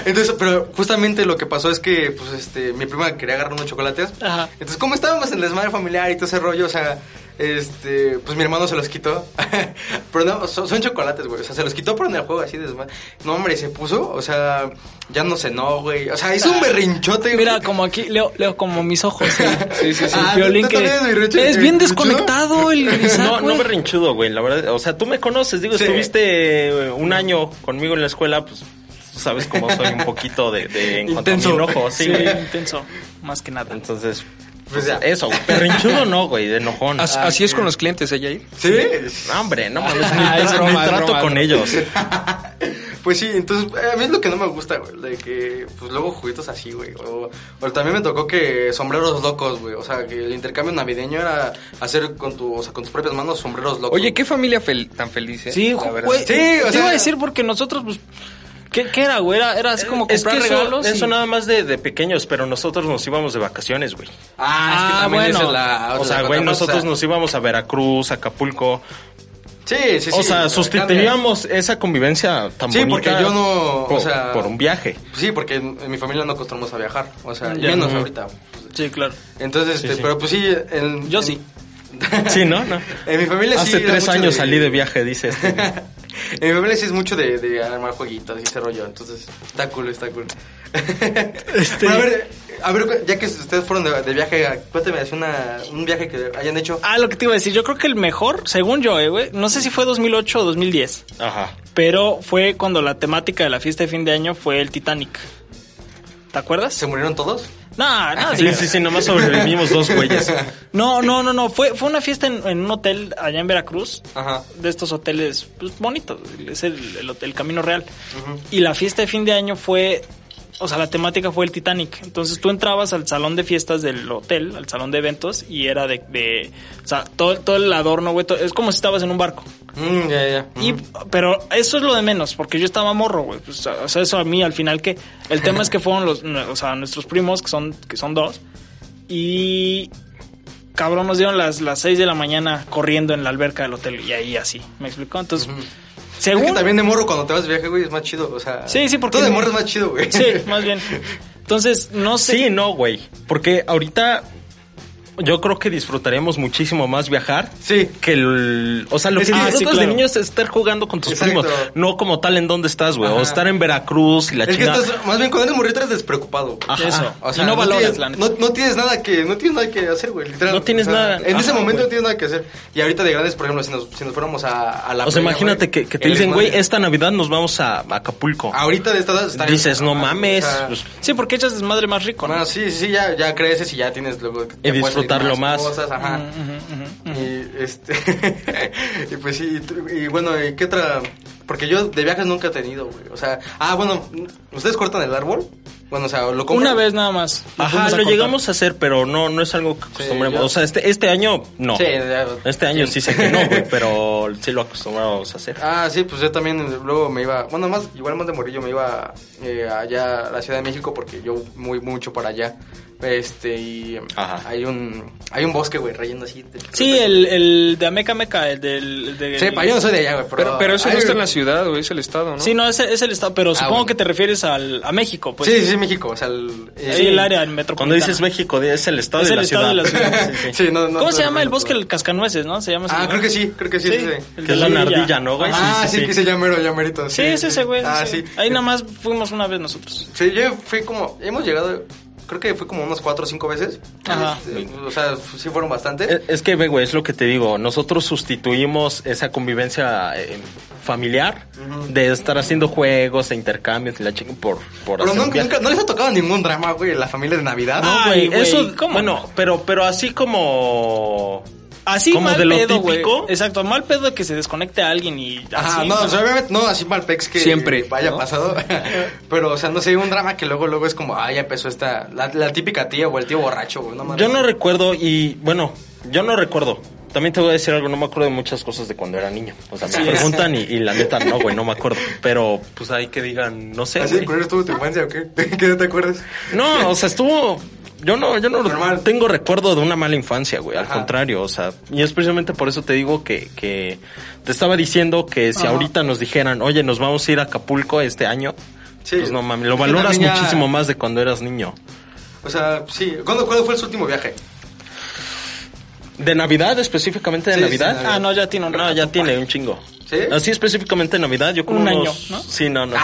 Speaker 4: Entonces, pero justamente lo que pasó es que, pues, este, mi prima quería agarrar unos chocolates.
Speaker 7: Ajá.
Speaker 4: Entonces, como estábamos en el desmadre familiar y todo ese rollo, o sea, este, pues mi hermano se los quitó. pero no, son, son chocolates, güey. O sea, se los quitó, pero en el juego así de desmadre. No, hombre, se puso, o sea, ya no cenó, güey. O sea, hizo un berrinchote, güey.
Speaker 7: Ah. Mira, como aquí, Leo, Leo, como mis ojos.
Speaker 6: Sí, sí, sí.
Speaker 4: Ah,
Speaker 7: Violín
Speaker 4: ¿tú
Speaker 7: que...
Speaker 4: también eres berrinchudo?
Speaker 7: Es bien
Speaker 4: ¿Berrinchudo?
Speaker 7: desconectado el Isaac,
Speaker 5: No, no
Speaker 7: güey.
Speaker 5: me rinchudo, güey, la verdad. O sea, tú me conoces, digo,
Speaker 4: Sí.
Speaker 5: estuviste eh, un año conmigo en la escuela, pues tú sabes cómo soy un poquito de, de en cuanto a mi
Speaker 4: Intenso.
Speaker 5: enojo, sí,
Speaker 7: Sí,
Speaker 5: güey.
Speaker 7: intenso, más que nada.
Speaker 5: Entonces,
Speaker 4: Pues ya.
Speaker 5: eso, güey. Perrinchudo no, güey, de enojón.
Speaker 6: As-
Speaker 4: Ah,
Speaker 6: así es
Speaker 4: sí.
Speaker 6: con los clientes, ¿eh, Yair?
Speaker 4: ¿Sí?
Speaker 5: No, hombre, no mames, ni,
Speaker 6: Ah, es
Speaker 5: tra- ni
Speaker 6: broma, es
Speaker 5: trato
Speaker 6: broma,
Speaker 5: con
Speaker 6: ¿no?
Speaker 5: ellos.
Speaker 4: Pues sí, entonces eh, a mí es lo que no me gusta, güey, de que pues luego juguetos así, güey. O, o también me tocó que sombreros locos, güey. O sea, que el intercambio navideño era hacer con tu, o sea, con tus propias manos sombreros locos.
Speaker 6: Oye, qué familia fel- tan feliz, ¿eh?
Speaker 7: Sí,
Speaker 6: La verdad.
Speaker 7: güey.
Speaker 4: Sí, o
Speaker 7: te
Speaker 4: sea-
Speaker 7: iba a decir porque nosotros, pues, ¿qué, qué era, güey? Era, era así como
Speaker 5: Es
Speaker 7: comprar
Speaker 5: que eso,
Speaker 7: regalos.
Speaker 5: eso
Speaker 7: y-
Speaker 5: nada más de, de pequeños, pero nosotros nos íbamos de vacaciones, güey.
Speaker 4: Ah, es
Speaker 7: Ah,
Speaker 4: que también
Speaker 7: bueno.
Speaker 4: esa es la
Speaker 5: O sea,
Speaker 4: la
Speaker 5: güey,
Speaker 4: contraparte,
Speaker 5: nosotros
Speaker 4: o sea,
Speaker 5: nos íbamos a Veracruz, Acapulco.
Speaker 4: Sí, sí, sí.
Speaker 5: o sea,
Speaker 4: me cambia.
Speaker 5: sustituíamos esa convivencia tan
Speaker 4: Sí,
Speaker 5: bonita
Speaker 4: porque yo no, o
Speaker 5: por,
Speaker 4: sea-
Speaker 5: por un viaje.
Speaker 4: Sí, porque en, en mi familia no acostumbramos a viajar, o sea, y
Speaker 7: Ya.
Speaker 4: menos
Speaker 7: Ujú.
Speaker 4: ahorita.
Speaker 7: Sí, claro.
Speaker 4: Entonces, este,
Speaker 5: sí.
Speaker 4: pero pues sí, en-
Speaker 7: Yo
Speaker 4: en-
Speaker 7: sí.
Speaker 5: Sí, ¿no? No.
Speaker 4: En mi familia sí
Speaker 5: Hace
Speaker 4: era
Speaker 5: tres
Speaker 4: mucho
Speaker 5: años
Speaker 4: de-
Speaker 5: salí de viaje, dice este.
Speaker 4: en mi familia sí es mucho de, de armar jueguitos y ese rollo, entonces está cool, está cool.
Speaker 7: Este-
Speaker 4: Bueno, a ver, a ver, ya que ustedes fueron de, de viaje, cuéntame, hace una, un viaje que hayan hecho.
Speaker 7: Ah, lo que te iba a decir, yo creo que el mejor, según yo, eh, güey, no sé si fue 2008 o 2010,
Speaker 5: Ajá.
Speaker 7: pero fue cuando la temática de la fiesta de fin de año fue el Titanic. ¿Te acuerdas?
Speaker 4: ¿Se murieron todos?
Speaker 7: No, no,
Speaker 5: Sí, sí, sí, nomás sobrevivimos dos güeyes.
Speaker 7: no, no, no, no, fue, fue una fiesta en, en un hotel allá en Veracruz,
Speaker 4: Ajá.
Speaker 7: de estos hoteles pues, bonitos, es el, el hotel Camino Real. Y la fiesta de fin de año fue, o sea, la temática fue el Titanic. Entonces tú entrabas al salón de fiestas del hotel, al salón de eventos, y era de, de o sea, todo, todo el adorno, güey, todo- es como si estabas en un barco.
Speaker 4: Mm, ya, ya.
Speaker 7: Y,
Speaker 4: Mm.
Speaker 7: pero eso es lo de menos, porque yo estaba morro, güey. Pues, o sea, eso a mí al final que. El tema es que fueron los, o sea, nuestros primos, que son, que son dos, y cabrón, nos dieron las, las 6 de la mañana corriendo en la alberca del hotel y ahí así. ¿Me explicó? Entonces,
Speaker 4: Es
Speaker 7: según.
Speaker 4: que también de morro cuando te vas de viaje, güey, es más chido, o sea...
Speaker 7: Sí, sí, porque-
Speaker 4: Todo de morro es más chido, güey.
Speaker 7: Sí, más bien. Entonces, no sé.
Speaker 5: Sí, no, güey. Porque ahorita yo creo que disfrutaremos muchísimo más viajar
Speaker 4: Sí.
Speaker 5: que el, o sea, lo
Speaker 4: Es
Speaker 5: que
Speaker 4: que- Ah,
Speaker 5: disfrutas
Speaker 4: sí,
Speaker 5: de
Speaker 4: claro.
Speaker 5: niño es estar jugando con tus
Speaker 4: Exacto.
Speaker 5: primos, no como tal en dónde estás, güey, o
Speaker 4: Ajá.
Speaker 5: estar en Veracruz y la
Speaker 4: es que
Speaker 5: chingada.
Speaker 4: estás, más bien cuando eres morrito eres despreocupado. güey.
Speaker 5: Ajá.
Speaker 7: Eso.
Speaker 4: O sea,
Speaker 7: y no, valoras,
Speaker 4: tienes,
Speaker 7: la neta.
Speaker 4: no, no tienes nada que no tienes nada que hacer, güey. literal.
Speaker 5: No tienes
Speaker 4: O sea,
Speaker 5: nada.
Speaker 4: En ese
Speaker 5: Ajá,
Speaker 4: momento
Speaker 5: güey.
Speaker 4: no tienes nada que hacer. Y ahorita de grandes, por ejemplo, si nos, si nos fuéramos a, a la
Speaker 5: O sea,
Speaker 4: playa,
Speaker 5: imagínate
Speaker 4: güey,
Speaker 5: que, que te
Speaker 4: el Ah,
Speaker 5: dicen, güey,
Speaker 4: desmadre.
Speaker 5: esta Navidad nos vamos a Acapulco.
Speaker 4: Ahorita de esta edad estaría-
Speaker 5: Dices, no mames.
Speaker 4: o sea,
Speaker 5: pues,
Speaker 7: Sí, porque echas desmadre más rico, ¿no?
Speaker 4: bueno, sí, sí, sí, ya, ya creces y ya tienes luego... ya
Speaker 5: Y
Speaker 4: puedes hacer
Speaker 5: disfrutarlo más.
Speaker 4: Cosas, ajá. Y este... y pues sí, y tú- y, bueno, ¿y ¿qué otra...? Porque yo de viajes nunca he tenido, güey. O sea, ah, bueno, ¿ustedes cortan el árbol? Bueno, o sea, lo compran.
Speaker 7: Una vez nada más.
Speaker 5: Ajá,
Speaker 7: fuimos a
Speaker 5: lo
Speaker 7: cortar.
Speaker 5: llegamos a hacer, pero no, no es algo que acostumbremos.
Speaker 4: yo-
Speaker 5: o sea, este, este año no.
Speaker 4: Sí, ya-
Speaker 5: Este año sí sé que no, güey, pero sí lo acostumbramos a hacer.
Speaker 4: Ah, sí, pues yo también luego me iba, bueno, más, igual más de morillo me iba eh, allá a la Ciudad de México porque yo muy mucho para allá. Este, y
Speaker 5: Ajá.
Speaker 4: hay un hay un bosque, güey, relleno así. de-
Speaker 7: Sí, el, el de Ameca Meca, el del... el de-
Speaker 4: Sí, pa, yo no soy de allá, güey, pero...
Speaker 6: Pero, pero eso no
Speaker 4: Ay,
Speaker 6: está en la ciudad, güey, es el estado, ¿no?
Speaker 7: Sí, no, es, es el estado, pero supongo
Speaker 4: Ah, bueno.
Speaker 7: que te refieres al, a México, pues.
Speaker 4: Sí, sí, México, o sea, el... eh,
Speaker 7: Sí, el área metropolitana.
Speaker 5: Cuando dices México, es el estado,
Speaker 7: Es
Speaker 5: de,
Speaker 7: el
Speaker 5: la
Speaker 7: estado de la
Speaker 5: ciudad.
Speaker 7: ciudad.
Speaker 5: Sí, sí.
Speaker 4: Sí, no, no,
Speaker 7: ¿Cómo
Speaker 4: no,
Speaker 7: se
Speaker 4: no,
Speaker 7: llama
Speaker 4: no,
Speaker 7: el
Speaker 4: no.
Speaker 7: bosque del cascanueces, no? Se llama ese
Speaker 4: Ah,
Speaker 7: lugar.
Speaker 4: creo que sí, creo que sí. sí, sí.
Speaker 7: el
Speaker 5: Que
Speaker 7: de
Speaker 5: es la
Speaker 7: Villa.
Speaker 5: Nardilla, ¿no, güey?
Speaker 4: Ah, sí,
Speaker 5: sí.
Speaker 4: que se llama mero, ya merito.
Speaker 7: Sí, es ese güey.
Speaker 4: Ah,
Speaker 7: sí.
Speaker 4: sí.
Speaker 7: Ahí nada más fuimos una vez nosotros.
Speaker 4: Sí, yo fui como, hemos llegado, creo que fue como unas cuatro o cinco veces.
Speaker 7: Ajá.
Speaker 4: Este, o sea, sí fueron bastantes.
Speaker 5: Eh, Es- Es que, ve, güey, es lo que te digo. Nosotros sustituimos esa convivencia eh, familiar de estar haciendo juegos e intercambios y la chica por, por
Speaker 4: Pero
Speaker 5: hacer un
Speaker 4: nunca,
Speaker 5: viaje.
Speaker 4: nunca- no les ha tocado ningún drama, güey, en la familia de Navidad.
Speaker 5: No, güey,
Speaker 7: Ay, güey,
Speaker 5: eso,
Speaker 7: ¿cómo?
Speaker 5: bueno, pero, pero así como...
Speaker 7: Así
Speaker 5: Como
Speaker 7: mal
Speaker 5: de lo
Speaker 7: pedo, güey.
Speaker 5: típico.
Speaker 7: Exacto, mal pedo que se desconecte a alguien y así.
Speaker 4: Ajá, no, o sea, obviamente no así malpex que
Speaker 6: Siempre,
Speaker 4: vaya
Speaker 6: ¿no?
Speaker 4: pasado. Pero, o sea, no sé, un drama que luego, luego es como, ah, ya empezó esta, la, la típica tía o el tío borracho, güey, no mames.
Speaker 5: Yo no recuerdo y, bueno, yo no recuerdo. También te voy a decir algo, no me acuerdo de muchas cosas de cuando era niño. O sea, me
Speaker 7: Así es.
Speaker 5: preguntan y, y la neta no, güey, no me acuerdo. Pero, pues ahí que digan, no sé,
Speaker 4: ¿Así de
Speaker 5: güey.
Speaker 4: culero estuvo tu infancia o qué? ¿Qué no te acuerdas?
Speaker 5: No, o sea, estuvo. Yo no, yo no
Speaker 4: Normal.
Speaker 5: tengo recuerdo de una mala infancia, güey. Al
Speaker 4: Ajá.
Speaker 5: contrario, o sea, y es precisamente por eso te digo que, que te estaba diciendo que si ahorita nos dijeran, oye, nos vamos a ir a Acapulco este año,
Speaker 4: Sí.
Speaker 5: pues no mames, lo
Speaker 4: Es que
Speaker 5: valoras
Speaker 4: también ya-
Speaker 5: muchísimo más de cuando eras niño.
Speaker 4: O sea, sí. ¿Cuándo, ¿Cuándo fue su último viaje?
Speaker 5: De Navidad, específicamente de
Speaker 4: Sí, sí,
Speaker 5: Navidad.
Speaker 4: Navidad.
Speaker 7: Ah, no, ya tiene
Speaker 5: no,
Speaker 7: un
Speaker 5: no,
Speaker 7: rato,
Speaker 5: ya
Speaker 7: pa.
Speaker 5: tiene un chingo.
Speaker 4: ¿Sí? Ah.
Speaker 5: Así específicamente de Navidad, yo creo
Speaker 7: Un
Speaker 5: unos-
Speaker 7: año, ¿no?
Speaker 5: Sí, no, no.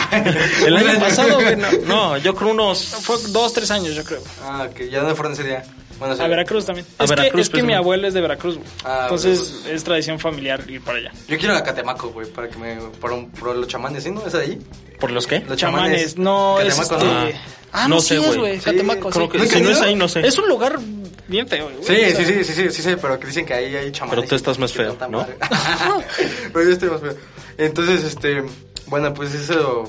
Speaker 5: El
Speaker 4: Un
Speaker 5: año
Speaker 4: año.
Speaker 5: pasado, güey, no, no, yo creo unos
Speaker 7: Fue dos, tres años, yo creo.
Speaker 4: Ah, que ya no fueron ese día. Bueno, sí.
Speaker 7: A Veracruz también.
Speaker 5: A
Speaker 7: es
Speaker 5: Veracruz,
Speaker 7: que, es que
Speaker 5: pues,
Speaker 7: mi
Speaker 5: ¿no?
Speaker 7: abuelo es de Veracruz, güey.
Speaker 4: Ah,
Speaker 7: Entonces
Speaker 4: Veracruz.
Speaker 7: es tradición familiar ir para allá.
Speaker 4: Yo quiero ir a Catemaco, güey, para que me... Para, un, para los chamanes, ¿sí, no? ¿Es ahí?
Speaker 5: por los qué?
Speaker 4: Los
Speaker 7: Chamanes, no es
Speaker 4: Catemaco,
Speaker 7: este-
Speaker 4: ¿no?
Speaker 7: Ah,
Speaker 5: No
Speaker 7: no,
Speaker 5: sé,
Speaker 7: sí es,
Speaker 5: güey.
Speaker 7: güey.
Speaker 4: Sí,
Speaker 7: Catemaco,
Speaker 4: creo
Speaker 7: sí.
Speaker 4: que
Speaker 5: Si
Speaker 4: ¿Nunca
Speaker 5: no
Speaker 4: he
Speaker 5: es
Speaker 4: ido?
Speaker 5: ahí, no sé.
Speaker 7: Es un lugar bien feo, güey.
Speaker 4: Sí,
Speaker 7: O sea,
Speaker 4: sí, sí, sí, sí, sí sé, pero que dicen que ahí hay chamanes.
Speaker 5: Pero tú estás más
Speaker 4: Que
Speaker 5: feo,
Speaker 4: tanta
Speaker 5: ¿no?
Speaker 4: madre. pero yo estoy más feo. Entonces, este, bueno, pues eso,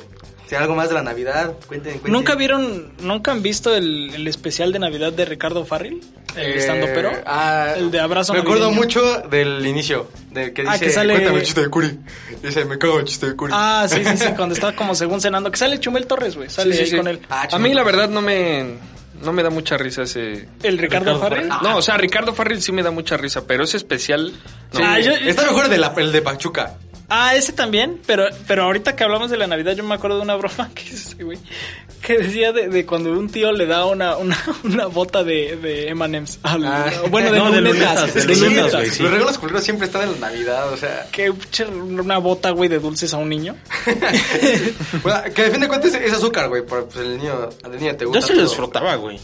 Speaker 4: si algo más de la Navidad, cuenten, cuenten.
Speaker 7: ¿Nunca vieron, nunca han visto el, el especial de Navidad de Ricardo Farril? El
Speaker 4: Eh,
Speaker 7: estando pero.
Speaker 4: ah,
Speaker 7: el de abrazo
Speaker 4: Me acuerdo
Speaker 7: navideño.
Speaker 4: mucho del inicio, del que dice,
Speaker 7: Ah, que sale-
Speaker 4: cuéntame el chiste de Curi. Dice, me cago en el chiste de Curi.
Speaker 7: Ah, sí, sí, sí, cuando estaba como según cenando. Que sale Chumel Torres, güey. Sale
Speaker 6: Sí, sí,
Speaker 7: ahí
Speaker 6: sí.
Speaker 7: con él.
Speaker 4: Ah,
Speaker 6: A mí la verdad no me, no me da mucha risa ese...
Speaker 7: ¿El Ricardo,
Speaker 5: Ricardo
Speaker 7: Farril?
Speaker 5: Farril.
Speaker 6: No, o sea, Ricardo Farril sí me da mucha risa, pero ese especial... no.
Speaker 7: Sí. Ah, yo-
Speaker 4: Está mejor el de, la, el de Pachuca.
Speaker 7: Ah, ese también, pero, pero ahorita que hablamos de la Navidad, yo me acuerdo de una broma que hizo ese güey, que decía de, de cuando un tío le da una, una, una bota de, de M&M's al-
Speaker 4: Ah.
Speaker 7: bueno, de
Speaker 5: No, de lunetas, de
Speaker 7: lunetas, de
Speaker 4: sí,
Speaker 5: lunetas,
Speaker 7: lunetas.
Speaker 5: güey, sí.
Speaker 4: Los regalos culeros siempre están en la Navidad, o sea...
Speaker 7: Que che, una bota, güey, de dulces a un niño.
Speaker 4: Bueno, que al fin de cuentas es azúcar, güey, por pues, el niño, al niño te gusta.
Speaker 5: Yo se lo
Speaker 4: todo.
Speaker 5: disfrutaba, güey.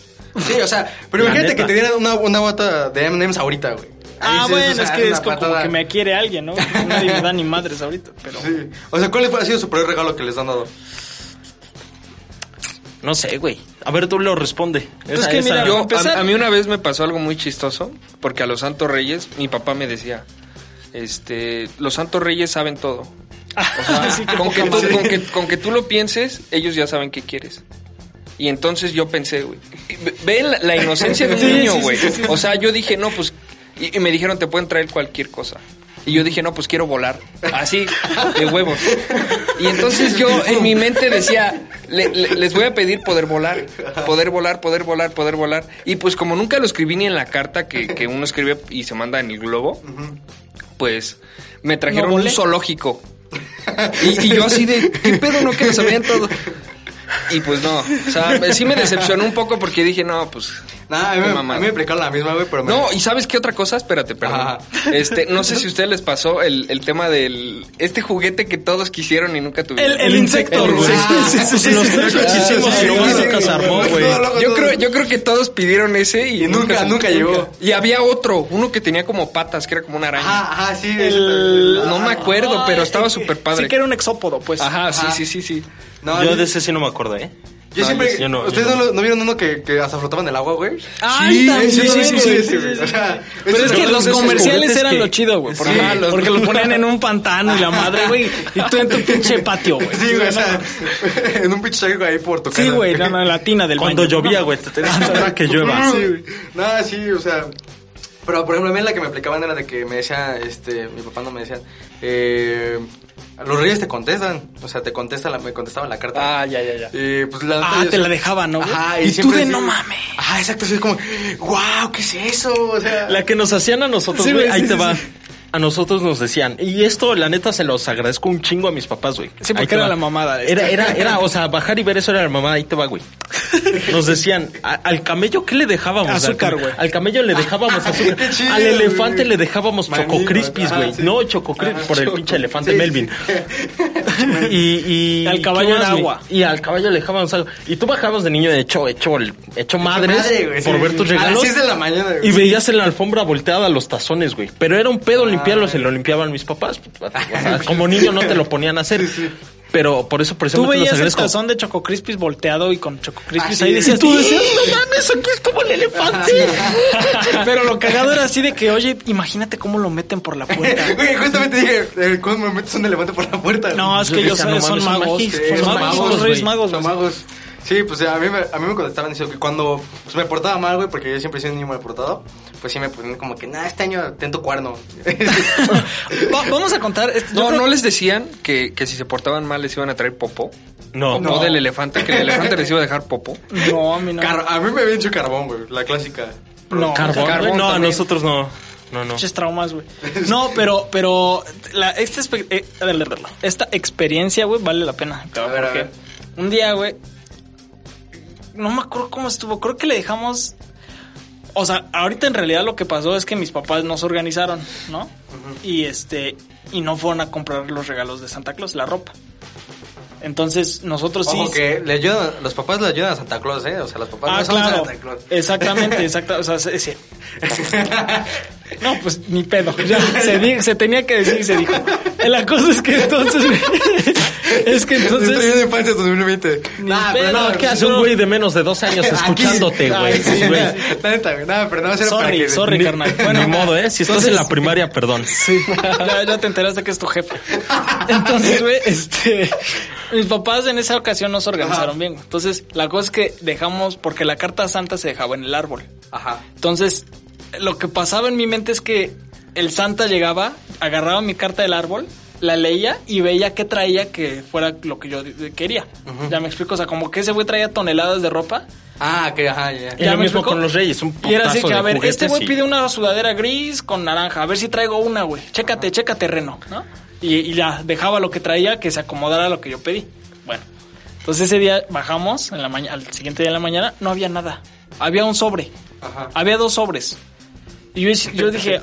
Speaker 4: Sí, o sea, pero
Speaker 5: La
Speaker 4: imagínate
Speaker 5: neta.
Speaker 4: que te dieran una, una bota de M&M's ahorita, güey.
Speaker 7: Ah,
Speaker 4: Ahí sí,
Speaker 7: bueno,
Speaker 4: o sea,
Speaker 7: es que
Speaker 4: una
Speaker 7: es como, como
Speaker 4: patada.
Speaker 7: que me quiere alguien, ¿no? Nadie me da ni madres ahorita, pero...
Speaker 4: Sí. O sea, ¿cuál ha sido su peor regalo que les han dado?
Speaker 5: No sé, güey. A ver, tú lo responde.
Speaker 7: Es que mira,
Speaker 6: Yo,
Speaker 7: para
Speaker 6: a-
Speaker 7: empezar-
Speaker 6: a, mí una vez me pasó algo muy chistoso, porque a los Santos Reyes, mi papá me decía, este, los Santos Reyes saben todo. O sea,
Speaker 7: Sí, qué
Speaker 6: con, que
Speaker 7: poca
Speaker 6: tú,
Speaker 7: madre.
Speaker 6: con que- con que tú lo pienses, ellos ya saben qué quieres. Y entonces yo pensé, güey, ve- ve la, la inocencia de un
Speaker 7: Sí,
Speaker 6: niño,
Speaker 7: sí, sí,
Speaker 6: güey.
Speaker 7: sí, sí.
Speaker 6: O sea, yo dije, no, pues, y, y me dijeron, te pueden traer cualquier cosa. Y yo dije, no, pues quiero volar. Así, de huevos. Y entonces yo en mi mente decía, "Le- le- les voy a pedir poder volar, poder volar, poder volar, poder volar. Y pues como nunca lo escribí ni en la carta que, que uno escribe y se manda en el globo, pues me trajeron
Speaker 7: No
Speaker 6: un
Speaker 7: volé.
Speaker 6: zoológico. Y, y yo así de, ¿qué pedo no que lo sabían todo? Y pues no, o sea, me- sí me decepcionó un poco porque dije, no, pues...
Speaker 4: Nah, a mí,
Speaker 6: qué
Speaker 4: me- a
Speaker 6: mamada.
Speaker 4: mí me aplicaron la misma, güey, pero me...
Speaker 6: No, ¿y sabes qué otra cosa? Espérate, perdón.
Speaker 4: Ajá.
Speaker 6: Este, no sé si a ustedes les pasó el, el tema del... Este juguete que todos quisieron y nunca
Speaker 7: El,
Speaker 6: tuvieron.
Speaker 7: el insecto,
Speaker 6: El
Speaker 7: güey.
Speaker 6: insecto.
Speaker 7: Sí, sí, sí,
Speaker 5: Los
Speaker 7: sí,
Speaker 5: tres
Speaker 7: sí,
Speaker 5: lo
Speaker 7: sí,
Speaker 5: quisimos
Speaker 7: sí,
Speaker 5: y nomás
Speaker 7: sí,
Speaker 5: nunca se armó, güey.
Speaker 6: Yo creo, yo creo que todos pidieron ese y,
Speaker 4: Y nunca, nunca llegó.
Speaker 6: Y había otro, uno que tenía como patas, que era como una araña.
Speaker 4: Ajá, ajá, sí. ese
Speaker 7: El-
Speaker 4: también.
Speaker 6: No me acuerdo, pero estaba súper padre.
Speaker 7: Sí que era un exópodo, pues.
Speaker 6: Ajá, sí,
Speaker 4: Ajá.
Speaker 6: sí, sí, sí.
Speaker 4: No,
Speaker 5: yo
Speaker 4: yo,
Speaker 5: de ese sí no me acuerdo, ¿eh?
Speaker 4: yo
Speaker 5: no,
Speaker 4: siempre...
Speaker 5: yo- yo no, yo
Speaker 4: ¿Ustedes no,
Speaker 5: no.
Speaker 4: lo- no vieron uno que, que hasta flotaban en el agua, güey?
Speaker 7: Ay, también,
Speaker 4: sí, sí, sí,
Speaker 7: güey.
Speaker 4: sí, sí, güey. O sea,
Speaker 7: Pero
Speaker 4: ese
Speaker 7: es que
Speaker 4: recuerdo
Speaker 7: los
Speaker 4: de ese
Speaker 7: comerciales
Speaker 5: juguetes
Speaker 7: eran
Speaker 5: que-
Speaker 7: lo chido, güey. Porque,
Speaker 4: Sí.
Speaker 7: ah, los- porque lo ponían en un pantano y la madre, güey. Y tú en tu pinche patio, güey.
Speaker 4: Sí, güey, o sea, en un pinche algo ahí por tocar.
Speaker 7: Sí, güey, no, no, la tina del
Speaker 5: Cuando
Speaker 7: baño.
Speaker 5: llovía, güey, te tenías que que llueva.
Speaker 4: Sí, güey. No, sí, o sea. Pero por ejemplo, a mí la que me aplicaban era de que me decía, este, mi papá no me decía, eh, los reyes te contestan. O sea, te contesta la, me contestaban la carta.
Speaker 6: Ah, ya, ya, ya.
Speaker 4: Y pues la neta,
Speaker 7: Ah,
Speaker 4: yo-
Speaker 7: te la dejaba, ¿no? güey?
Speaker 4: Ajá,
Speaker 7: y tú
Speaker 4: siempre
Speaker 7: de
Speaker 4: sí-
Speaker 7: no mames.
Speaker 4: Ajá, exacto, sí, es como, wow, ¿qué es eso? O sea,
Speaker 5: La que nos hacían a nosotros,
Speaker 7: Sí,
Speaker 5: güey,
Speaker 7: güey,
Speaker 5: ahí
Speaker 7: sí,
Speaker 5: te
Speaker 7: sí,
Speaker 5: va. A nosotros nos decían, y esto la neta se los agradezco un chingo a mis papás, güey.
Speaker 7: Sí, porque
Speaker 5: Ahí te
Speaker 7: era
Speaker 5: va.
Speaker 7: la mamada de
Speaker 5: Era,
Speaker 7: este.
Speaker 5: era, era, o sea, bajar y ver eso era la mamada, ahí te va, güey. Nos decían, "A- al camello, ¿qué le dejábamos? Al
Speaker 7: Azúcar,
Speaker 5: came-
Speaker 7: güey.
Speaker 5: Al camello le dejábamos azúcar.
Speaker 4: qué chido,
Speaker 5: al elefante
Speaker 4: güey.
Speaker 5: le dejábamos choco crispis,
Speaker 4: Ajá,
Speaker 5: güey.
Speaker 4: sí.
Speaker 5: No, choco crispis,
Speaker 4: Ajá,
Speaker 5: por el
Speaker 4: Choco.
Speaker 5: pinche elefante
Speaker 4: Sí,
Speaker 5: Melvin. Y, y-
Speaker 7: Al caballo
Speaker 5: ¿qué
Speaker 7: era
Speaker 5: más, güey?
Speaker 7: agua.
Speaker 5: Y al caballo le dejábamos algo. Y tú bajabas de niño hecho, hecho, el- hecho madres
Speaker 4: madre, güey,
Speaker 5: por
Speaker 4: sí,
Speaker 5: ver
Speaker 4: sí.
Speaker 5: tus
Speaker 4: A las
Speaker 5: regalos.
Speaker 4: seis de la mañana, güey.
Speaker 5: Y veías en la alfombra volteada los tazones, güey. Pero era un pedo
Speaker 4: Ah,
Speaker 5: limpiarlos, se
Speaker 4: güey.
Speaker 5: lo limpiaban mis papás. Pues, O sea, como niño no te lo ponían a hacer. Pero por eso, por eso
Speaker 7: Tú
Speaker 5: no te los
Speaker 7: veías el
Speaker 5: agradezco.
Speaker 7: tazón de Choco Crispis volteado y con Choco Crispis
Speaker 4: Así
Speaker 7: ahí
Speaker 4: es.
Speaker 7: decías,
Speaker 5: Tú
Speaker 7: "Ih".
Speaker 5: decías, no mames, aquí estuvo el elefante.
Speaker 7: Pero lo cagado era así de que, oye, imagínate cómo lo meten por la puerta.
Speaker 4: Güey, justamente dije, eh, ¿cómo me metes un elefante por la puerta?
Speaker 7: No, es
Speaker 5: Yo
Speaker 7: que ellos
Speaker 5: decía,
Speaker 7: son,
Speaker 5: no
Speaker 7: son
Speaker 5: mames, son
Speaker 7: magos.
Speaker 5: magis-
Speaker 7: Son
Speaker 4: son
Speaker 7: magos,
Speaker 4: magos,
Speaker 7: los reyes
Speaker 5: güey.
Speaker 7: magos. güey.
Speaker 4: Chamagos. Sí, pues a mí me, a mí me contestaban eso, que cuando pues, me portaba mal, güey, porque yo siempre he sido un niño mal portado, pues sí me ponían como que, nah, este año tento cuerno.
Speaker 7: Va- vamos a contar. este, yo
Speaker 6: No,
Speaker 7: creo-
Speaker 6: no les decían que, que si se portaban mal les iban a traer popo.
Speaker 5: No,
Speaker 6: No del elefante, que el elefante les iba a dejar popo.
Speaker 7: No, a mí no.
Speaker 4: Car- a mí me habían hecho carbón, güey, la clásica.
Speaker 7: no,
Speaker 5: carbón.
Speaker 7: car-
Speaker 5: güey. no, a
Speaker 6: también.
Speaker 5: nosotros no. No, no.
Speaker 7: Pinches traumas, güey. No, pero, pero la, este espe- eh, esta experiencia, güey, vale la pena. Te voy
Speaker 4: A ver, a
Speaker 7: porque
Speaker 4: ver.
Speaker 7: Un día, güey, no me acuerdo cómo estuvo. Creo que le dejamos. O sea, ahorita en realidad lo que pasó es que mis papás no se organizaron, ¿no? Y este, y no fueron a comprar los regalos de Santa Claus, la ropa. Entonces, nosotros
Speaker 4: Ojo
Speaker 7: sí.
Speaker 4: que le ayudan, los papás le ayudan a Santa Claus, ¿eh? O sea, los papás
Speaker 7: Ah,
Speaker 4: no son
Speaker 7: claro.
Speaker 4: Santa Claus.
Speaker 7: Exactamente, exacta. O sea, se- se- No, pues ni pedo. Ya, se, di- se tenía que decir y se dijo. La cosa es que entonces. es que
Speaker 4: Estoy
Speaker 7: entonces.
Speaker 4: en infancia 2020.
Speaker 7: Ni
Speaker 4: Nah,
Speaker 7: pedo,
Speaker 4: pero no,
Speaker 7: ¿qué
Speaker 4: aquí
Speaker 5: Es un güey de menos de dos años escuchándote, güey.
Speaker 4: sí,
Speaker 5: Güey.
Speaker 4: güey. La neta, güey. Nah, pero no va a ser para
Speaker 7: Sorry,
Speaker 4: que...
Speaker 7: sorry, carnal. Bueno,
Speaker 5: Ni modo, ¿eh? Si estás
Speaker 7: entonces-
Speaker 5: en la primaria, perdón.
Speaker 7: Sí, ya, ya te enteraste que es tu jefe. Entonces, güey, este. Mis papás en esa ocasión no se organizaron bien. güey. Entonces, la cosa es que dejamos. Porque la carta santa se dejaba en el árbol.
Speaker 4: Ajá.
Speaker 7: Entonces, lo que pasaba en mi mente es que el Santa llegaba, agarraba mi carta del árbol, la leía y veía qué traía que fuera lo que yo de- quería. Ya me explico, o sea, como que ese güey traía toneladas de ropa.
Speaker 4: Ah, que ajá, ya.
Speaker 5: Y
Speaker 7: ¿Ya
Speaker 5: lo mismo
Speaker 7: me explicó?
Speaker 5: con los reyes, un
Speaker 7: Y era así
Speaker 5: putazo
Speaker 7: que,
Speaker 5: de
Speaker 7: a ver,
Speaker 5: juguetes
Speaker 7: este güey
Speaker 5: y-
Speaker 7: pide una sudadera gris con naranja, a ver si traigo una, güey. Chécate, chécate, reno, ¿no? Y, y ya dejaba lo que traía que se acomodara a lo que yo pedí. Bueno, entonces ese día bajamos, en la maña- al siguiente día de la mañana, no había nada. Había un sobre.
Speaker 4: Ajá.
Speaker 7: Había dos sobres. Y yo, yo dije,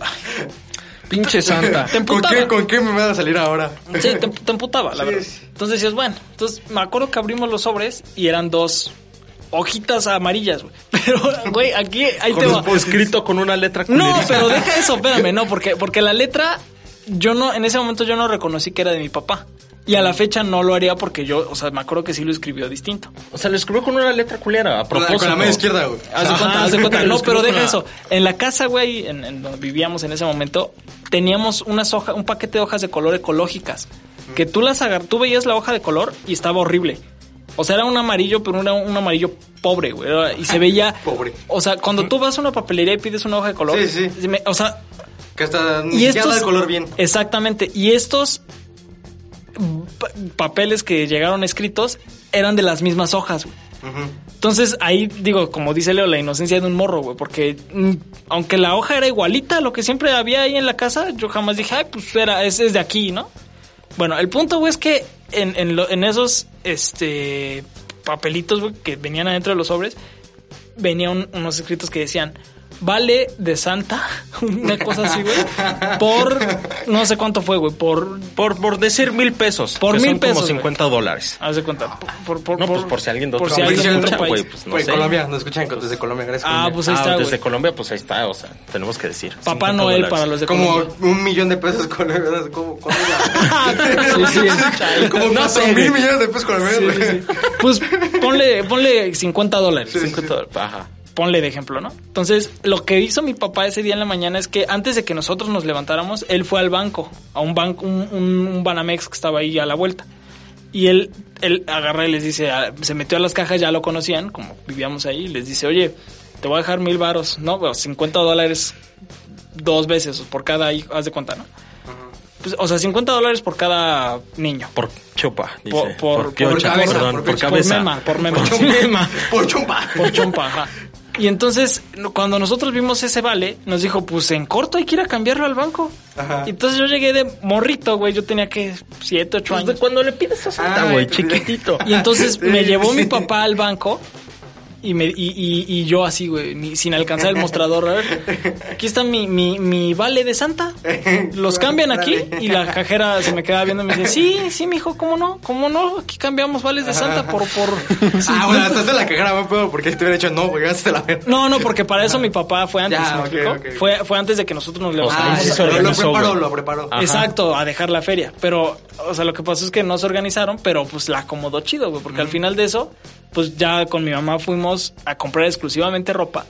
Speaker 6: Pinche santa.
Speaker 7: te
Speaker 4: ¿Con
Speaker 7: emputaba.
Speaker 4: qué, ¿Con qué me van a salir ahora?
Speaker 7: Sí, te, te emputaba, la
Speaker 4: Sí,
Speaker 7: verdad.
Speaker 4: sí.
Speaker 7: Entonces decías, bueno, entonces me acuerdo que abrimos los sobres y eran dos hojitas amarillas, güey. Pero, güey, aquí, ahí te va.
Speaker 5: Con- escrito con una letra
Speaker 7: No,
Speaker 5: culerita.
Speaker 7: pero deja eso, espérame, no, porque, porque la letra, yo no, en ese momento yo no reconocí que era de mi papá. Y a la fecha no lo haría porque yo, o sea, me acuerdo que sí lo escribió distinto.
Speaker 5: O sea, lo escribió con una letra culera, a
Speaker 4: Con la-
Speaker 5: propósito.
Speaker 4: Con la mano izquierda, güey.
Speaker 7: Haz de
Speaker 5: Ajá,
Speaker 7: cuenta, haz de
Speaker 5: sí,
Speaker 7: cuenta.
Speaker 5: pero
Speaker 7: No,
Speaker 5: es
Speaker 7: pero
Speaker 5: como
Speaker 7: deja
Speaker 5: una-
Speaker 7: eso. En la casa, güey, en, en donde vivíamos en ese momento, teníamos unas hojas, un paquete de hojas de color ecológicas. Que tú las agar, tú veías la hoja de color y estaba horrible. O sea, era un amarillo, pero era un amarillo pobre, güey. Era- Y se veía.
Speaker 4: Pobre.
Speaker 7: O sea, cuando tú vas a una papelería y pides una hoja de color.
Speaker 4: Sí, sí.
Speaker 7: se me- O sea,
Speaker 4: Que hasta ni
Speaker 7: y
Speaker 4: siquiera da
Speaker 7: estos.
Speaker 4: el color bien.
Speaker 7: Exactamente. Y estos pa- papeles que llegaron escritos eran de las mismas hojas, güey.
Speaker 4: Ujú.
Speaker 7: Entonces ahí digo, como dice Leo, la inocencia de un morro, güey, porque mm, aunque la hoja era igualita a lo que siempre había ahí en la casa, yo jamás dije, ay, pues era, es, es de aquí, ¿no? Bueno, el punto, güey, es que en, en, lo- en esos, este, papelitos güey, que venían adentro de los sobres, venían un- unos escritos que decían, vale de Santa, una cosa así, güey, por, no sé cuánto fue, güey, por,
Speaker 5: Por, por decir mil pesos.
Speaker 7: Por
Speaker 5: que
Speaker 7: mil
Speaker 5: son
Speaker 7: pesos,
Speaker 5: Como 50 dólares.
Speaker 7: haz de cuenta, por, por,
Speaker 5: No, pues por si alguien de
Speaker 7: por
Speaker 5: otro
Speaker 7: si
Speaker 5: país
Speaker 7: alguien de
Speaker 5: escucha,
Speaker 7: otro país.
Speaker 5: güey, pues no
Speaker 4: Pues,
Speaker 5: sé.
Speaker 4: Colombia, nos escuchan con- desde Colombia, gracias.
Speaker 7: Ah,
Speaker 4: Colombia.
Speaker 7: pues ahí
Speaker 5: Ah,
Speaker 7: está,
Speaker 5: desde
Speaker 7: güey.
Speaker 5: Colombia, pues ahí está, o sea, tenemos que decir.
Speaker 7: Papá
Speaker 5: 50
Speaker 7: Noel
Speaker 5: dólares.
Speaker 7: para los de
Speaker 4: como
Speaker 7: Colombia.
Speaker 4: un millón de pesos colombianos, como cuánto era?
Speaker 7: Sí, sí.
Speaker 5: ¿eh?
Speaker 4: Como
Speaker 7: No sé,
Speaker 4: cuatro mil
Speaker 7: güey.
Speaker 4: millones de pesos colombianos. güey.
Speaker 7: Pues ponle, ponle 50 dólares.
Speaker 4: Sí, sí,
Speaker 5: 50 dólares, Ajá.
Speaker 7: Ponle de ejemplo, ¿no? Entonces, lo que hizo mi papá ese día en la mañana es que antes de que nosotros nos levantáramos, él fue al banco, a un banco, un, un- un Banamex que estaba ahí a la vuelta. Y él, él agarra y les dice, ah, se metió a las cajas, ya lo conocían, como vivíamos ahí, y les dice, oye, te voy a dejar mil varos, ¿no? Bueno, 50 dólares dos veces por cada hijo, haz de cuenta, ¿no? Pues, o sea, 50 dólares por cada niño.
Speaker 5: Por chopa. dice.
Speaker 7: Por- por- por
Speaker 5: piocha,
Speaker 4: cabeza,
Speaker 5: perdón,
Speaker 4: por
Speaker 5: por
Speaker 4: piocha.
Speaker 5: cabeza.
Speaker 7: mema, por mema.
Speaker 5: Por mema.
Speaker 4: Por chumpa.
Speaker 7: Por chompa, ajá. Y entonces, no- cuando nosotros vimos ese vale, nos dijo, pues en corto hay que ir a cambiarlo al banco.
Speaker 4: Ajá.
Speaker 7: Y entonces yo llegué de morrito, güey, yo tenía que siete, ocho
Speaker 5: Pues de
Speaker 7: años.
Speaker 5: cuando le pides a Santa,
Speaker 4: Ay,
Speaker 5: güey,
Speaker 4: pues,
Speaker 5: chiquitito.
Speaker 7: Y entonces
Speaker 4: Sí,
Speaker 7: me llevó
Speaker 4: sí.
Speaker 7: mi papá al banco y, me, y, y- y yo así, güey, ni- sin alcanzar el mostrador. A ver, aquí está mi, mi, mi vale de Santa. Los cambian aquí y la cajera se me queda viendo y me dice, sí, sí, mijo, ¿cómo no? ¿Cómo no? Aquí cambiamos vales de Santa por... por
Speaker 4: Ah, bueno, estás en la cajera, buen pedo, porque si te hubiera dicho no, güey, hazte la verga.
Speaker 7: No, no, porque para eso mi papá fue antes,
Speaker 4: Ya,
Speaker 7: ¿me
Speaker 4: ok,
Speaker 7: explicó?
Speaker 4: ok.
Speaker 7: Fue, fue antes de que nosotros nos
Speaker 4: Ah,
Speaker 7: levantáramos.
Speaker 5: sí,
Speaker 4: ya,
Speaker 5: se
Speaker 4: lo- lo
Speaker 5: organizó,
Speaker 4: preparó,
Speaker 5: güey.
Speaker 4: lo preparó.
Speaker 5: Ah. Ajá.
Speaker 7: Exacto, a dejar la feria. Pero, o sea, lo que pasó es que no se organizaron, pero pues la acomodó chido, güey. Porque al final de eso, pues ya con mi mamá fuimos a comprar exclusivamente ropa.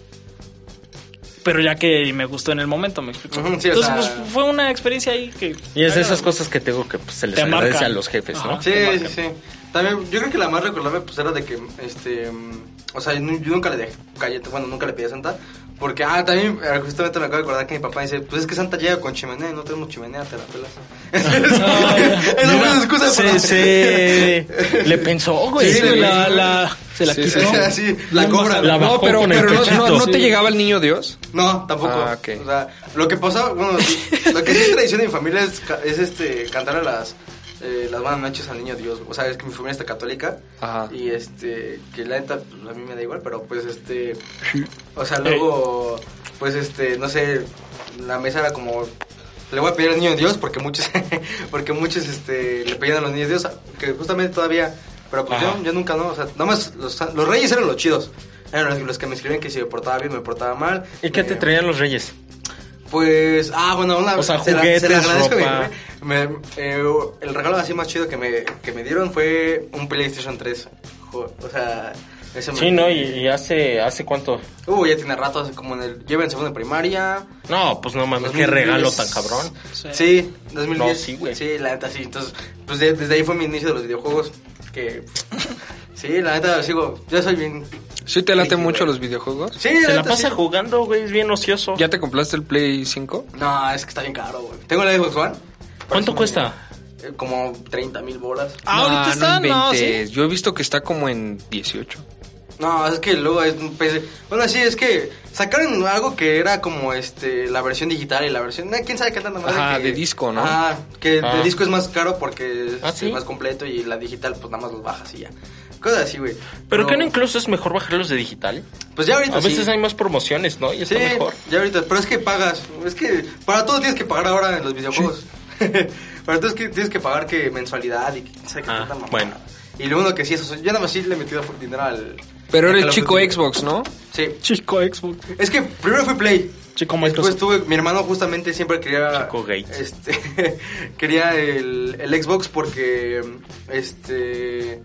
Speaker 7: Pero ya que me gustó en el momento, me explicó.
Speaker 4: Ujú, sí, o
Speaker 7: Entonces,
Speaker 4: sea-
Speaker 7: pues fue una experiencia ahí que.
Speaker 5: Y es de esas cosas que tengo que pues, se les
Speaker 7: Te marcan.
Speaker 5: agradece a los jefes,
Speaker 7: Ajá.
Speaker 5: ¿no?
Speaker 4: Sí,
Speaker 7: Te
Speaker 4: sí,
Speaker 7: marcan.
Speaker 4: sí. También, yo creo que la más recordable pues era de que, este, mm, o sea, nu- yo nunca le dejé, cállate, bueno, nunca le pedí a Santa, porque, ah, también, eh, justamente me acabo de acordar que mi papá dice, pues es que Santa llega con chimenea y no tenemos chimenea, te la pelas. es una buena excusa para...
Speaker 5: Sí, sí. Le pensó, güey.
Speaker 7: Sí,
Speaker 4: Sí,
Speaker 7: güey,
Speaker 4: güey,
Speaker 7: la,
Speaker 4: sí, güey.
Speaker 7: la- se la
Speaker 6: Sí,
Speaker 7: quitó.
Speaker 6: sí, sí.
Speaker 4: Así, la cobra.
Speaker 5: La bajó
Speaker 6: No, pero,
Speaker 5: con el
Speaker 6: pero no,
Speaker 5: pechito.
Speaker 6: no- no te
Speaker 7: Sí.
Speaker 6: llegaba el niño Dios.
Speaker 4: No, tampoco.
Speaker 6: Ah, ok.
Speaker 4: O sea, lo que pasa, bueno, sí, lo que sí es tradición de mi familia es, ca- es este, cantar a las, eh, las buenas noches al niño Dios. O sea, es que mi familia está católica.
Speaker 6: Ajá.
Speaker 4: Y este, que la neta, pues, a mí me da igual, pero pues este, o sea, luego, pues este, no sé, la mesa era como, le voy a pedir al niño Dios porque muchos, porque muchos este, le pedían a los niños Dios, que justamente todavía, pero pues yo, yo nunca, no, o sea, nada más los, los reyes eran los chidos. Eran los, los que me escribían que si me portaba bien, me portaba mal.
Speaker 5: ¿Y qué
Speaker 4: me-
Speaker 5: te traían los reyes?
Speaker 4: pues, ah, bueno, una
Speaker 5: O sea,
Speaker 4: se la- se la
Speaker 5: juguetes,
Speaker 4: agradezco,
Speaker 5: ropa.
Speaker 4: me- me- eh, el regalo así más chido que me, que me dieron fue un PlayStation 3. Jo- O sea, ese me-
Speaker 5: Sí, ¿no? ¿Y, y hace, hace cuánto?
Speaker 4: Uh, ya tiene rato, hace como en el. Lleva en segundo de primaria.
Speaker 5: No, pues no mames, qué
Speaker 4: 2010.
Speaker 5: regalo tan cabrón.
Speaker 7: Sí.
Speaker 4: Sí, 2010.
Speaker 5: No, sí, güey.
Speaker 4: Sí, la neta, sí. Entonces, pues de- desde ahí fue mi inicio de los videojuegos. Que. Sí, la neta, sigo. Yo soy bien.
Speaker 6: Sí, te late
Speaker 4: Sí,
Speaker 6: mucho
Speaker 4: güey.
Speaker 6: los videojuegos.
Speaker 4: Sí,
Speaker 5: Se la
Speaker 4: neta,
Speaker 5: pasa
Speaker 4: sí.
Speaker 5: jugando, güey, es bien ocioso.
Speaker 6: ¿Ya te compraste el Play 5?
Speaker 4: No, es que está bien caro, güey. Tengo la Xbox One. Parece-
Speaker 5: ¿Cuánto cuesta?
Speaker 4: eh, Como 30 mil bolas.
Speaker 7: Ah, ahorita
Speaker 6: no
Speaker 7: está, no,
Speaker 6: inventes. Yo he visto que está como en 18.
Speaker 4: No, es que luego es un PC. Bueno, sí, es que sacaron algo que era como este la versión digital y la versión. eh, ¿Quién sabe qué tanta madre?
Speaker 6: Ajá,
Speaker 4: que-
Speaker 6: de disco, ¿no?
Speaker 4: Ah, que
Speaker 5: Ah.
Speaker 4: de disco es más caro porque es
Speaker 5: ¿Ah,
Speaker 4: este,
Speaker 5: sí?
Speaker 4: más completo y la digital, pues nada más los bajas y ya. Cosas así, güey.
Speaker 5: Pero que no incluso es mejor bajarlos de digital.
Speaker 4: Pues ya ahorita.
Speaker 5: A veces
Speaker 4: sí.
Speaker 5: hay más promociones, ¿no? Y
Speaker 4: Sí,
Speaker 5: está mejor.
Speaker 4: ya ahorita. Pero es que pagas. Es que para todo tienes que pagar ahora en los videojuegos. para todo es que tienes que pagar que mensualidad y que quién sabe qué
Speaker 5: Ah,
Speaker 4: tanta mamada.
Speaker 5: bueno.
Speaker 4: Y lo uno que sí, eso. Yo nada más sí le he metido dinero al.
Speaker 6: Pero
Speaker 4: al
Speaker 6: eres
Speaker 4: Call of
Speaker 6: chico
Speaker 4: Duty.
Speaker 6: Xbox, ¿no?
Speaker 4: Sí.
Speaker 7: Chico Xbox.
Speaker 4: Es que primero fue Play.
Speaker 7: Chico
Speaker 4: Después
Speaker 7: Microsoft.
Speaker 4: tuve, mi hermano justamente siempre quería.
Speaker 5: Chico Gates.
Speaker 4: Este, quería el, el Xbox porque. Este.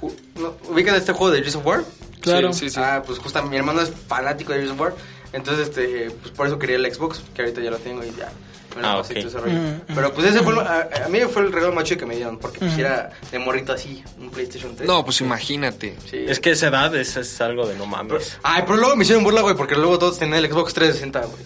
Speaker 4: ju- No, ¿Ubican este juego de Gears of War?
Speaker 7: Claro.
Speaker 6: Sí, sí, sí.
Speaker 4: Ah, pues justo mi hermano es fanático de Gears of War. Entonces, este, pues por eso quería el Xbox, que ahorita ya lo tengo y ya. me lo
Speaker 5: Ah,
Speaker 4: pasé y
Speaker 5: ok.
Speaker 4: todo ese rollo.
Speaker 7: Mm,
Speaker 4: Pero pues ese fue. lo- A, a mí fue el regalo macho que me dieron, porque pues era de morrito así, un PlayStation 3.
Speaker 6: No, pues imagínate.
Speaker 4: Sí.
Speaker 5: Es que esa edad es, es algo de no mames.
Speaker 4: Ay, pero luego me hicieron burla, güey, porque luego todos tenían el Xbox 360, güey.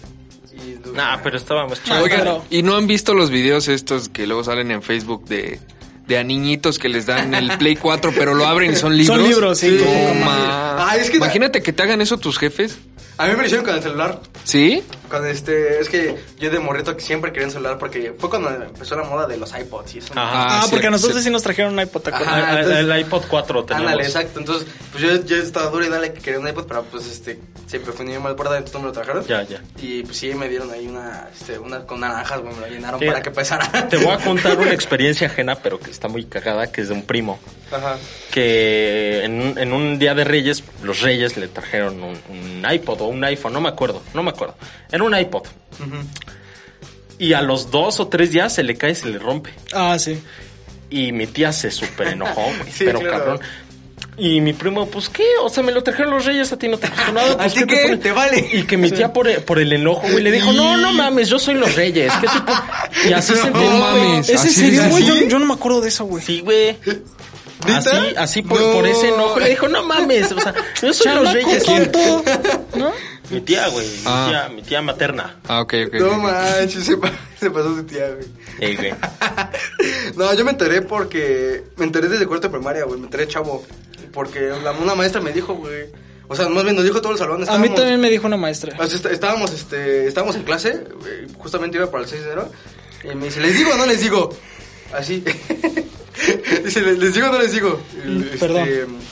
Speaker 4: Y-
Speaker 5: Nah, pero Ah, estaba más chido.
Speaker 6: Oigan,
Speaker 7: pero-
Speaker 6: ¿y no han visto los videos estos que luego salen en Facebook de, de a niñitos que les dan el Play 4, pero lo abren y son libros?
Speaker 7: Son libros, sí.
Speaker 6: No, ma.
Speaker 4: Ay, es que-
Speaker 6: Imagínate que te hagan eso tus jefes.
Speaker 4: A mí me lo hicieron con el celular.
Speaker 6: ¿Sí?
Speaker 4: Con este, es que yo de morrito que siempre quería un celular porque fue cuando empezó la moda de los iPods y eso. ¿no?
Speaker 7: Ah,
Speaker 6: sí,
Speaker 7: porque a nosotros
Speaker 6: sí.
Speaker 7: sí, nos trajeron un iPod. ¿te acuerdas?
Speaker 4: Ajá,
Speaker 5: el,
Speaker 4: entonces-
Speaker 5: el iPod 4 teníamos.
Speaker 4: Ándale, exacto. Entonces, pues yo, yo estaba duro y dale que quería un iPod, pero pues este, siempre fue niño mal portado, entonces no me lo trajeron.
Speaker 5: Ya, ya.
Speaker 4: Y pues sí, me dieron ahí una, este, una con naranjas, güey, me lo llenaron
Speaker 5: Sí.
Speaker 4: para que pesara.
Speaker 5: Te voy a contar una experiencia ajena, pero que está muy cagada, que es de un primo.
Speaker 4: Ajá.
Speaker 5: que en, un- en un día de Reyes, los Reyes le trajeron un, un iPod o un iPhone, no me acuerdo, no me acuerdo. Era un iPod. Y a los dos o tres días se le cae y se le rompe.
Speaker 7: Ah, sí.
Speaker 5: Y mi tía se súper enojó, güey,
Speaker 4: Sí,
Speaker 5: pero
Speaker 4: claro.
Speaker 5: cabrón. Y mi primo, pues qué, o sea, me lo trajeron los reyes, a ti no te costó nada. pues,
Speaker 4: ¿A ti qué?
Speaker 5: pones?
Speaker 4: Te vale.
Speaker 5: Y que mi tía por el, por el enojo, güey, le dijo, no, no mames, yo soy los reyes. ¿qué te pon-?" Y así se
Speaker 4: No
Speaker 5: enojó, güey.
Speaker 6: mames.
Speaker 7: ¿Es en
Speaker 6: ¿Así
Speaker 7: serio,
Speaker 6: es
Speaker 7: güey? Yo,
Speaker 6: así?
Speaker 7: yo no me acuerdo de eso, güey.
Speaker 5: Sí, güey.
Speaker 4: ¿Neta?
Speaker 5: Así, así por,
Speaker 4: No.
Speaker 5: por ese enojo. Le dijo, no mames, o sea, yo soy los reyes. Mi tía, güey. Mi,
Speaker 6: Ah.
Speaker 5: tía, mi tía materna.
Speaker 6: Ah, ok, ok.
Speaker 4: No manches, se, pa- se pasó de tía, güey.
Speaker 5: Ey, güey.
Speaker 4: No, yo me enteré porque. Me enteré desde cuarto de primaria, güey. Me enteré chavo. Porque la, una maestra me dijo, güey. O sea, más bien nos dijo todo el salón.
Speaker 7: A mí
Speaker 4: estábamos-
Speaker 7: también me dijo una maestra.
Speaker 4: o sea, está- estábamos, este, estábamos en clase. güey, Justamente iba para el 6 de enero. Y me dice, ¿les digo o no les digo? Así. dice, "¿Les- ¿les digo o no les digo?
Speaker 7: Mm,
Speaker 4: Este,
Speaker 7: perdón.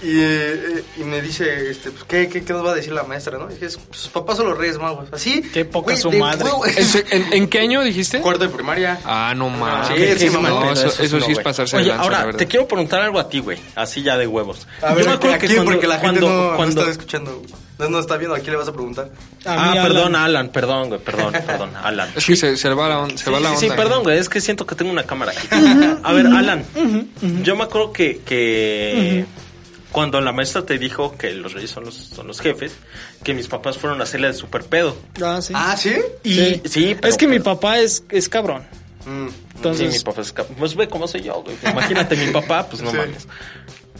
Speaker 4: Y, eh, y me dice, este, pues, ¿qué, qué, qué nos va a decir la maestra, no? Y dije, pues, sus papás son los reyes magos. Así.
Speaker 7: Qué poca
Speaker 4: güey,
Speaker 7: su
Speaker 4: de
Speaker 7: madre.
Speaker 4: huevo.
Speaker 6: ¿En, se- en- en qué año dijiste?
Speaker 4: Cuarto de primaria.
Speaker 6: Ah, no mames.
Speaker 4: Sí, sí,
Speaker 6: no,
Speaker 4: mamá,
Speaker 5: pero
Speaker 6: eso, eso
Speaker 5: no,
Speaker 6: sí es
Speaker 5: güey.
Speaker 6: pasarse
Speaker 5: Oye,
Speaker 6: de lanza, la
Speaker 5: ahora,
Speaker 6: verdad.
Speaker 5: te quiero preguntar algo a ti, güey. Así ya de huevos.
Speaker 4: A ver, aquí,
Speaker 5: cuando-
Speaker 4: porque la gente
Speaker 5: cuando-
Speaker 4: no, no
Speaker 5: cuando-
Speaker 4: está escuchando. No, no está viendo, aquí le vas a preguntar.
Speaker 5: Ah,
Speaker 7: mí, Alan.
Speaker 5: perdón, Alan, perdón, güey, perdón, perdón, Alan.
Speaker 6: Es que se, se va la, on- se va
Speaker 5: Sí,
Speaker 6: la
Speaker 5: sí,
Speaker 6: onda.
Speaker 5: sí, perdón, güey, es que siento que tengo una cámara aquí. A ver, Alan, yo me acuerdo que, que cuando la maestra te dijo que los reyes son los, son los jefes, que mis papás fueron a hacerle el super pedo.
Speaker 7: Ah, sí.
Speaker 4: Ah, ¿sí?
Speaker 5: Y
Speaker 7: Sí.
Speaker 5: sí,
Speaker 7: es que mi papá es, es cabrón.
Speaker 4: Mm.
Speaker 7: Entonces,
Speaker 5: mi papá es cap- Pues ve cómo soy yo, güey. Imagínate mi papá, pues no
Speaker 4: Sí.
Speaker 5: mames.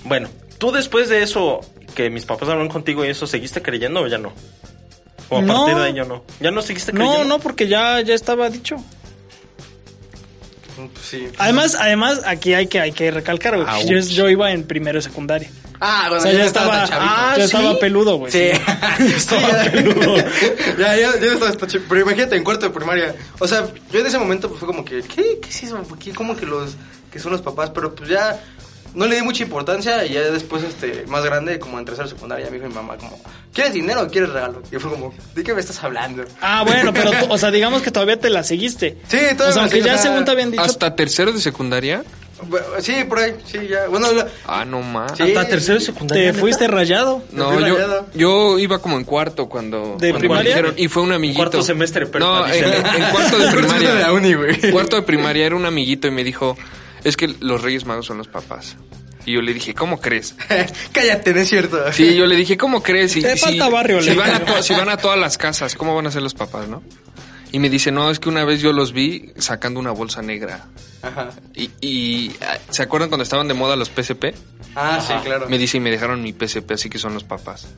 Speaker 5: Bueno, tú después de eso, que mis papás hablaron contigo y eso, ¿seguiste creyendo o ya no? O a
Speaker 7: No.
Speaker 5: partir de ahí ya no. ¿Ya no seguiste creyendo?
Speaker 7: no, no, porque ya, ya estaba dicho.
Speaker 4: Mm, pues sí.
Speaker 7: Además, además aquí hay que, hay que recalcar, güey. que Yo, yo iba en primero de secundaria.
Speaker 4: Ah,
Speaker 7: O
Speaker 4: bueno,
Speaker 7: sea,
Speaker 4: yo
Speaker 7: ya
Speaker 4: no
Speaker 7: estaba, ah,
Speaker 4: tan chavito.
Speaker 7: ya
Speaker 5: ¿sí?
Speaker 7: estaba peludo, güey.
Speaker 4: Sí.
Speaker 5: estaba peludo.
Speaker 4: Ah, ya, ya, ya estaba hasta chi- Pero imagínate, en cuarto de primaria. O sea, yo en ese momento pues, fue como que, ¿qué, qué es eso? ¿Qué, ¿Cómo que los que son los papás? Pero pues ya no le di mucha importancia y ya después, este, más grande, como en tercero de secundaria, me dijo mi mamá, como, ¿quieres dinero o quieres regalo? Y fue como, ¿de qué me estás hablando?
Speaker 7: Ah, bueno, pero, tú- o sea, digamos que todavía te la seguiste.
Speaker 4: Sí, todavía
Speaker 7: O sea,
Speaker 4: me
Speaker 7: aunque
Speaker 4: sigo,
Speaker 7: ya
Speaker 4: o sea,
Speaker 7: según te habían dicho.
Speaker 6: ¿Hasta tercero de secundaria?
Speaker 4: Bueno, sí, por ahí, sí, ya. Bueno, la-
Speaker 6: Ah, no mames.
Speaker 4: Sí.
Speaker 5: Hasta tercero y secundaria.
Speaker 7: Te fuiste rayado.
Speaker 6: No,
Speaker 4: fui
Speaker 6: yo,
Speaker 4: rayado.
Speaker 6: yo iba como en cuarto cuando,
Speaker 7: ¿De
Speaker 6: cuando
Speaker 7: primaria?
Speaker 6: y fue un amiguito.
Speaker 5: Cuarto semestre de prepa,
Speaker 6: No, en,
Speaker 5: dice, ¿no?
Speaker 6: en- en cuarto de
Speaker 4: Cuarto
Speaker 6: primaria.
Speaker 4: de la uni, güey.
Speaker 6: Cuarto de primaria era un amiguito y me dijo, es que los Reyes Magos son los papás. Y yo le dije, ¿cómo crees?
Speaker 4: cállate, no es cierto.
Speaker 6: Sí, yo le dije, ¿cómo crees? Y,
Speaker 7: Te
Speaker 6: si,
Speaker 7: falta barrio,
Speaker 6: si
Speaker 7: le
Speaker 6: van a
Speaker 7: digo.
Speaker 6: to- si van a todas las casas, ¿cómo van a ser los papás, no? Y me dice, no, es que una vez yo los vi sacando una bolsa negra.
Speaker 4: Ajá.
Speaker 6: Y, y, ah, ¿se acuerdan cuando estaban de moda los PSP?
Speaker 4: Ah, sí, claro.
Speaker 6: Me dice, y me dejaron mi PSP, así que son los papás.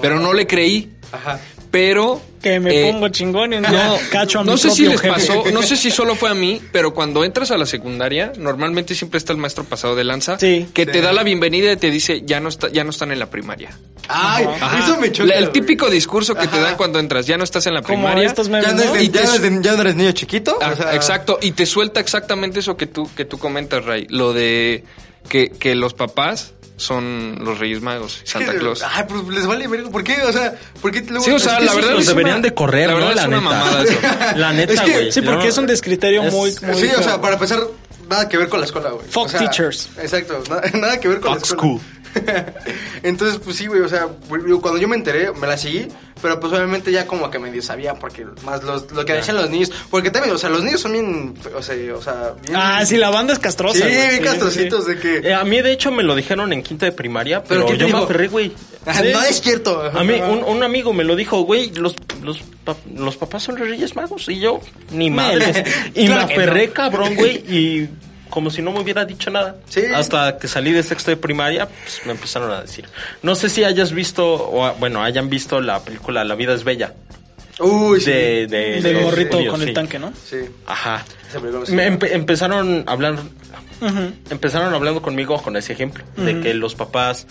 Speaker 6: Pero no le creí,
Speaker 4: Ajá.
Speaker 6: pero...
Speaker 7: Que me
Speaker 6: eh,
Speaker 7: pongo chingón y un día cacho a mi
Speaker 6: no sé si
Speaker 7: propio
Speaker 6: les
Speaker 7: jefe.
Speaker 6: pasó, no sé si solo fue a mí, pero cuando entras a la secundaria, normalmente siempre está el maestro pasado de lanza
Speaker 7: Sí.
Speaker 6: que te
Speaker 4: Sí.
Speaker 6: da la bienvenida y te dice, ya no, está, ya no están en la primaria.
Speaker 4: Ay,
Speaker 6: Ajá.
Speaker 4: eso me choca.
Speaker 6: La- el
Speaker 4: güey.
Speaker 6: típico discurso que te
Speaker 4: Ajá.
Speaker 6: dan cuando entras, ya no estás en la
Speaker 7: Como
Speaker 6: primaria.
Speaker 7: estos memes,
Speaker 4: Ya no,
Speaker 7: ¿no?
Speaker 4: eres,
Speaker 6: Y
Speaker 4: ya,
Speaker 6: te-
Speaker 4: no eres- ya no eres niño chiquito.
Speaker 6: Ah,
Speaker 4: o sea,
Speaker 6: exacto, y te suelta exactamente eso que tú, que tú comentas, Ray, lo de que, que los papás son los Reyes Magos,
Speaker 4: es que-
Speaker 6: Santa Claus.
Speaker 4: Ay, pues les vale verga. ¿Por qué? O sea, ¿por qué luego-
Speaker 6: Sí, o sea,
Speaker 4: es que
Speaker 6: la
Speaker 4: sí,
Speaker 6: verdad
Speaker 5: los
Speaker 6: es una-
Speaker 5: deberían de correr,
Speaker 6: la
Speaker 5: ¿no?
Speaker 6: verdad es
Speaker 5: La
Speaker 6: una
Speaker 5: neta.
Speaker 6: mamada eso.
Speaker 5: La
Speaker 4: Es
Speaker 5: neta,
Speaker 4: que-
Speaker 5: güey.
Speaker 7: Sí, porque
Speaker 5: No,
Speaker 7: es un descriterio
Speaker 5: es-
Speaker 7: muy, muy...
Speaker 4: Sí, o sea,
Speaker 7: feo.
Speaker 4: para empezar, nada que ver con la escuela, güey.
Speaker 7: Fuck
Speaker 4: O sea,
Speaker 7: teachers.
Speaker 4: Exacto, na- nada que ver con
Speaker 5: Fuck
Speaker 4: la escuela. Entonces, pues sí, güey, o sea, güey, digo, cuando yo me enteré, me la seguí, pero pues obviamente ya como que medio sabía, porque más los, lo que decían los niños, porque también, o sea, los niños son bien, o sea, o sea bien-
Speaker 7: Ah, sí, la banda es castrosa.
Speaker 4: Sí,
Speaker 7: güey.
Speaker 4: bien castrocitos de que...
Speaker 5: Eh, a mí, de hecho, me lo dijeron en quinta de primaria,
Speaker 4: ¿Pero
Speaker 5: pero,
Speaker 4: quién
Speaker 5: yo
Speaker 4: te
Speaker 5: me
Speaker 4: dijo?
Speaker 5: aferré, güey.
Speaker 4: Ah, No es cierto.
Speaker 5: A mí, un, un amigo me lo dijo, güey, los, los, pa- los papás son los reyes magos. Y yo, ni madre. y
Speaker 4: Claro
Speaker 5: me
Speaker 4: que
Speaker 5: aferré, cabrón, güey, y como si no me hubiera dicho nada.
Speaker 4: Sí.
Speaker 5: Hasta que salí de sexto de primaria, pues me empezaron a decir. No sé si hayas visto, o ah, bueno, hayan visto la película La vida es bella.
Speaker 4: Uy, sí.
Speaker 5: De, de,
Speaker 7: Del
Speaker 5: los
Speaker 7: morrito
Speaker 5: judíos,
Speaker 7: con el
Speaker 5: sí.
Speaker 7: tanque, ¿no?
Speaker 4: Sí.
Speaker 5: Ajá.
Speaker 4: Esa película sí.
Speaker 5: Me empe- empezaron a hablar
Speaker 7: Ujú.
Speaker 5: empezaron hablando conmigo con ese ejemplo de que los papás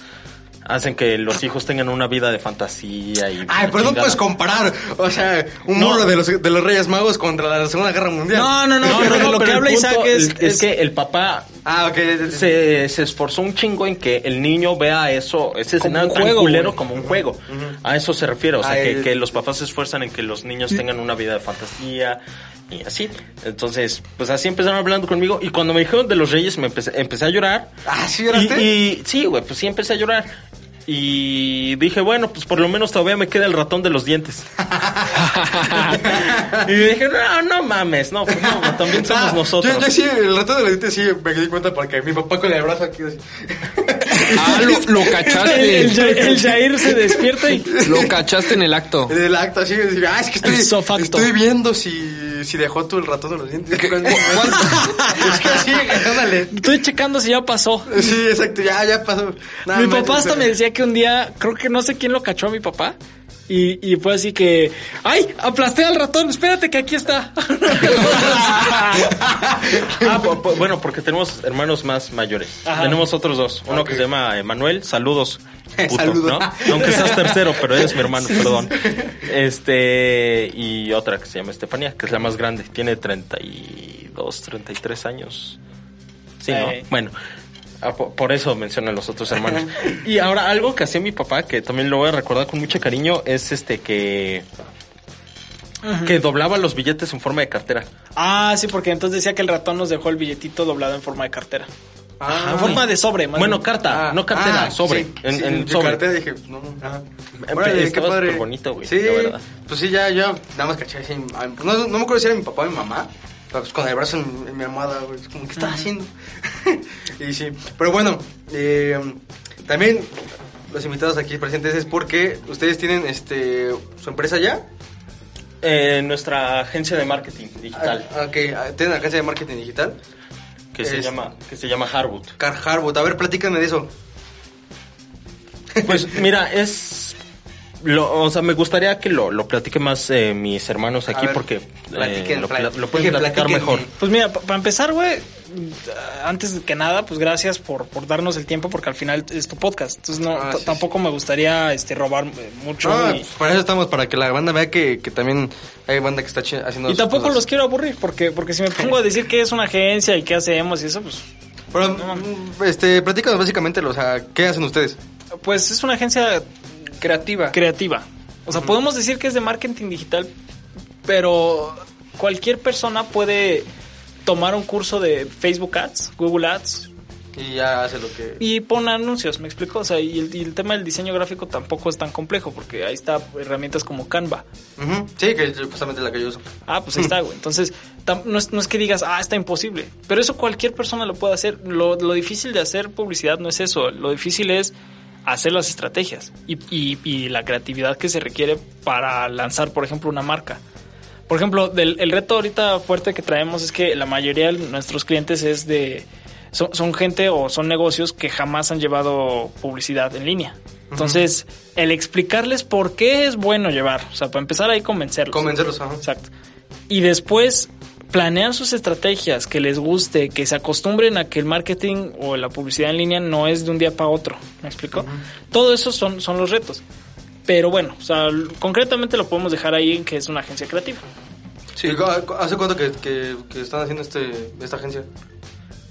Speaker 5: hacen que los hijos tengan una vida de fantasía y...
Speaker 4: Ay, pero no
Speaker 7: pues,
Speaker 4: puedes comparar, o sea, un
Speaker 5: No.
Speaker 4: muro de los, de los Reyes Magos contra la Segunda Guerra Mundial.
Speaker 7: No, no, no,
Speaker 5: No, no, no,
Speaker 7: lo que
Speaker 5: pero el
Speaker 7: habla
Speaker 5: punto
Speaker 7: Isaac es,
Speaker 5: es, es
Speaker 7: es-
Speaker 5: que el papá
Speaker 4: Ah, ok.
Speaker 5: se, se esforzó un chingo en que el niño vea eso, ese
Speaker 7: Como
Speaker 5: escenario
Speaker 7: un
Speaker 5: tan
Speaker 7: juego,
Speaker 5: culero
Speaker 7: güey.
Speaker 5: como un juego. A eso se refiere, o sea,
Speaker 4: Ah,
Speaker 5: que,
Speaker 4: el-
Speaker 5: que los papás se esfuerzan en que los niños tengan una vida de fantasía y así. Entonces, pues así empezaron hablando conmigo y cuando me dijeron de los reyes me empecé, empecé a llorar.
Speaker 4: Ah, ¿sí lloraste?
Speaker 5: Y, y- sí, güey, pues sí empecé a llorar. Y dije, bueno, pues por lo menos todavía me queda el ratón de los dientes.
Speaker 6: Ah,
Speaker 5: y dije, no, no mames, no, pues no, también somos
Speaker 4: Ah,
Speaker 5: nosotros.
Speaker 4: Yo, yo sí, el rato de la gente sí me di cuenta porque mi papá con el brazo aquí así.
Speaker 6: Ah, lo, lo cachaste.
Speaker 7: El, el- el Jair se despierta y...
Speaker 6: Lo cachaste en el acto.
Speaker 4: En el acto así, así, ah, es que estoy,
Speaker 7: Isofacto.
Speaker 4: estoy viendo si, si dejó tú el ratón de los dientes. es que así, ándale.
Speaker 7: Estoy checando si ya pasó.
Speaker 4: Sí, exacto, ya, ya pasó. No,
Speaker 7: mi
Speaker 4: manches,
Speaker 7: papá hasta me decía que un día, creo que no sé quién lo cachó a mi papá. Y, y fue así que, ¡ay! Aplasté al ratón, espérate que aquí está.
Speaker 5: Ah, po- po- bueno, porque tenemos hermanos más mayores.
Speaker 7: Ajá.
Speaker 5: Tenemos otros dos. Uno que se llama Emanuel, saludos. Puto,
Speaker 4: Saludos.
Speaker 5: ¿no? Aunque seas tercero, pero eres mi hermano, perdón. Este, y otra que se llama Estefanía, que es la más grande. Tiene 32, 33 años. Sí, ¿no?
Speaker 7: Eh.
Speaker 5: Bueno. ah, po- Por eso mencionan los otros hermanos. Y ahora, algo que hacía mi papá, que también lo voy a recordar con mucho cariño, es este que. que doblaba los billetes en forma de cartera.
Speaker 7: ah, sí, porque entonces decía que el ratón nos dejó el billetito doblado en forma de cartera.
Speaker 4: Ah.
Speaker 7: en forma de sobre, más
Speaker 5: Bueno,
Speaker 7: bien.
Speaker 5: carta,
Speaker 4: Ah,
Speaker 5: no cartera,
Speaker 4: ah,
Speaker 5: sobre.
Speaker 4: sí,
Speaker 5: en,
Speaker 4: sí,
Speaker 5: en
Speaker 4: yo
Speaker 5: sobre.
Speaker 4: cartera dije, pues, no, ah.
Speaker 5: Em-
Speaker 4: Órale, qué
Speaker 5: estaba
Speaker 4: padre.
Speaker 5: superbonito, güey,
Speaker 4: Sí,
Speaker 5: la verdad.
Speaker 4: pues sí, ya, yo nada más caché así, a- pues, no, no me acuerdo si era mi papá o mi mamá, pero pues con el brazo en, en mi almohada, güey, es como, ¿qué estaba haciendo? y sí, pero bueno, eh, también los invitados aquí presentes es porque ustedes tienen, este, su empresa ya.
Speaker 5: Eh, nuestra agencia de marketing digital,
Speaker 4: Ah, ok, ah, tienen agencia de marketing digital,
Speaker 5: que, se
Speaker 4: es-
Speaker 5: llama, que se llama Harwood.
Speaker 4: Car Harwood, a ver, platícame de eso.
Speaker 5: Pues mira, es... Lo, o sea, me gustaría que lo, lo platique más eh, mis hermanos
Speaker 4: A
Speaker 5: aquí
Speaker 4: ver,
Speaker 5: porque eh,
Speaker 4: platiquen,
Speaker 5: lo,
Speaker 4: pla-
Speaker 5: pla- lo pueden
Speaker 4: dije,
Speaker 5: platicar
Speaker 4: platiquen.
Speaker 5: mejor.
Speaker 7: Pues mira, para empezar, güey, antes que nada, pues gracias por, por darnos el tiempo, porque al final es tu podcast. Entonces no,
Speaker 4: Ah,
Speaker 7: t-
Speaker 4: sí,
Speaker 7: tampoco me gustaría este robar eh, mucho.
Speaker 4: No,
Speaker 7: y-
Speaker 4: pues, para eso estamos, para que la banda vea que, que también hay banda que está chi- haciendo
Speaker 7: Y
Speaker 4: sus
Speaker 7: tampoco
Speaker 4: cosas.
Speaker 7: los quiero aburrir, porque, porque si me pongo a decir que es una agencia y qué hacemos y eso, pues,
Speaker 4: Pero, mm, este, platícanos básicamente, o sea, ¿qué hacen ustedes?
Speaker 7: pues es una agencia
Speaker 6: Creativa.
Speaker 7: creativa. O sea, podemos decir que es de marketing digital, pero cualquier persona puede tomar un curso de Facebook Ads, Google Ads,
Speaker 4: Y ya hace lo que...
Speaker 7: Y pon anuncios, me explico. O sea, y el, y el tema del diseño gráfico tampoco es tan complejo porque ahí está herramientas como Canva.
Speaker 4: Ujú, Sí, que es justamente la que yo uso.
Speaker 7: Ah, pues ahí está, güey. Entonces, tam- no es, no es que digas, ah, está imposible. Pero eso cualquier persona lo puede hacer. Lo, lo difícil de hacer publicidad no es eso. Lo difícil es hacer las estrategias y, y- y la creatividad que se requiere para lanzar, por ejemplo, una marca. Por ejemplo, del- el reto ahorita fuerte que traemos es que la mayoría de nuestros clientes es de... Son, son gente o son negocios que jamás han llevado publicidad en línea. Entonces, el explicarles por qué es bueno llevar, o sea, para empezar ahí convencerlos.
Speaker 4: Convencerlos, ajá.
Speaker 7: Exacto. Y después planear sus estrategias que les guste, que se acostumbren a que el marketing o la publicidad en línea no es de un día para otro. ¿Me explico? Todo eso son, son los retos. Pero bueno, o sea, l- concretamente lo podemos dejar ahí en que es una agencia creativa.
Speaker 4: ¿Y cu- cu- ¿Hace cuánto que, que- que están haciendo este, esta agencia?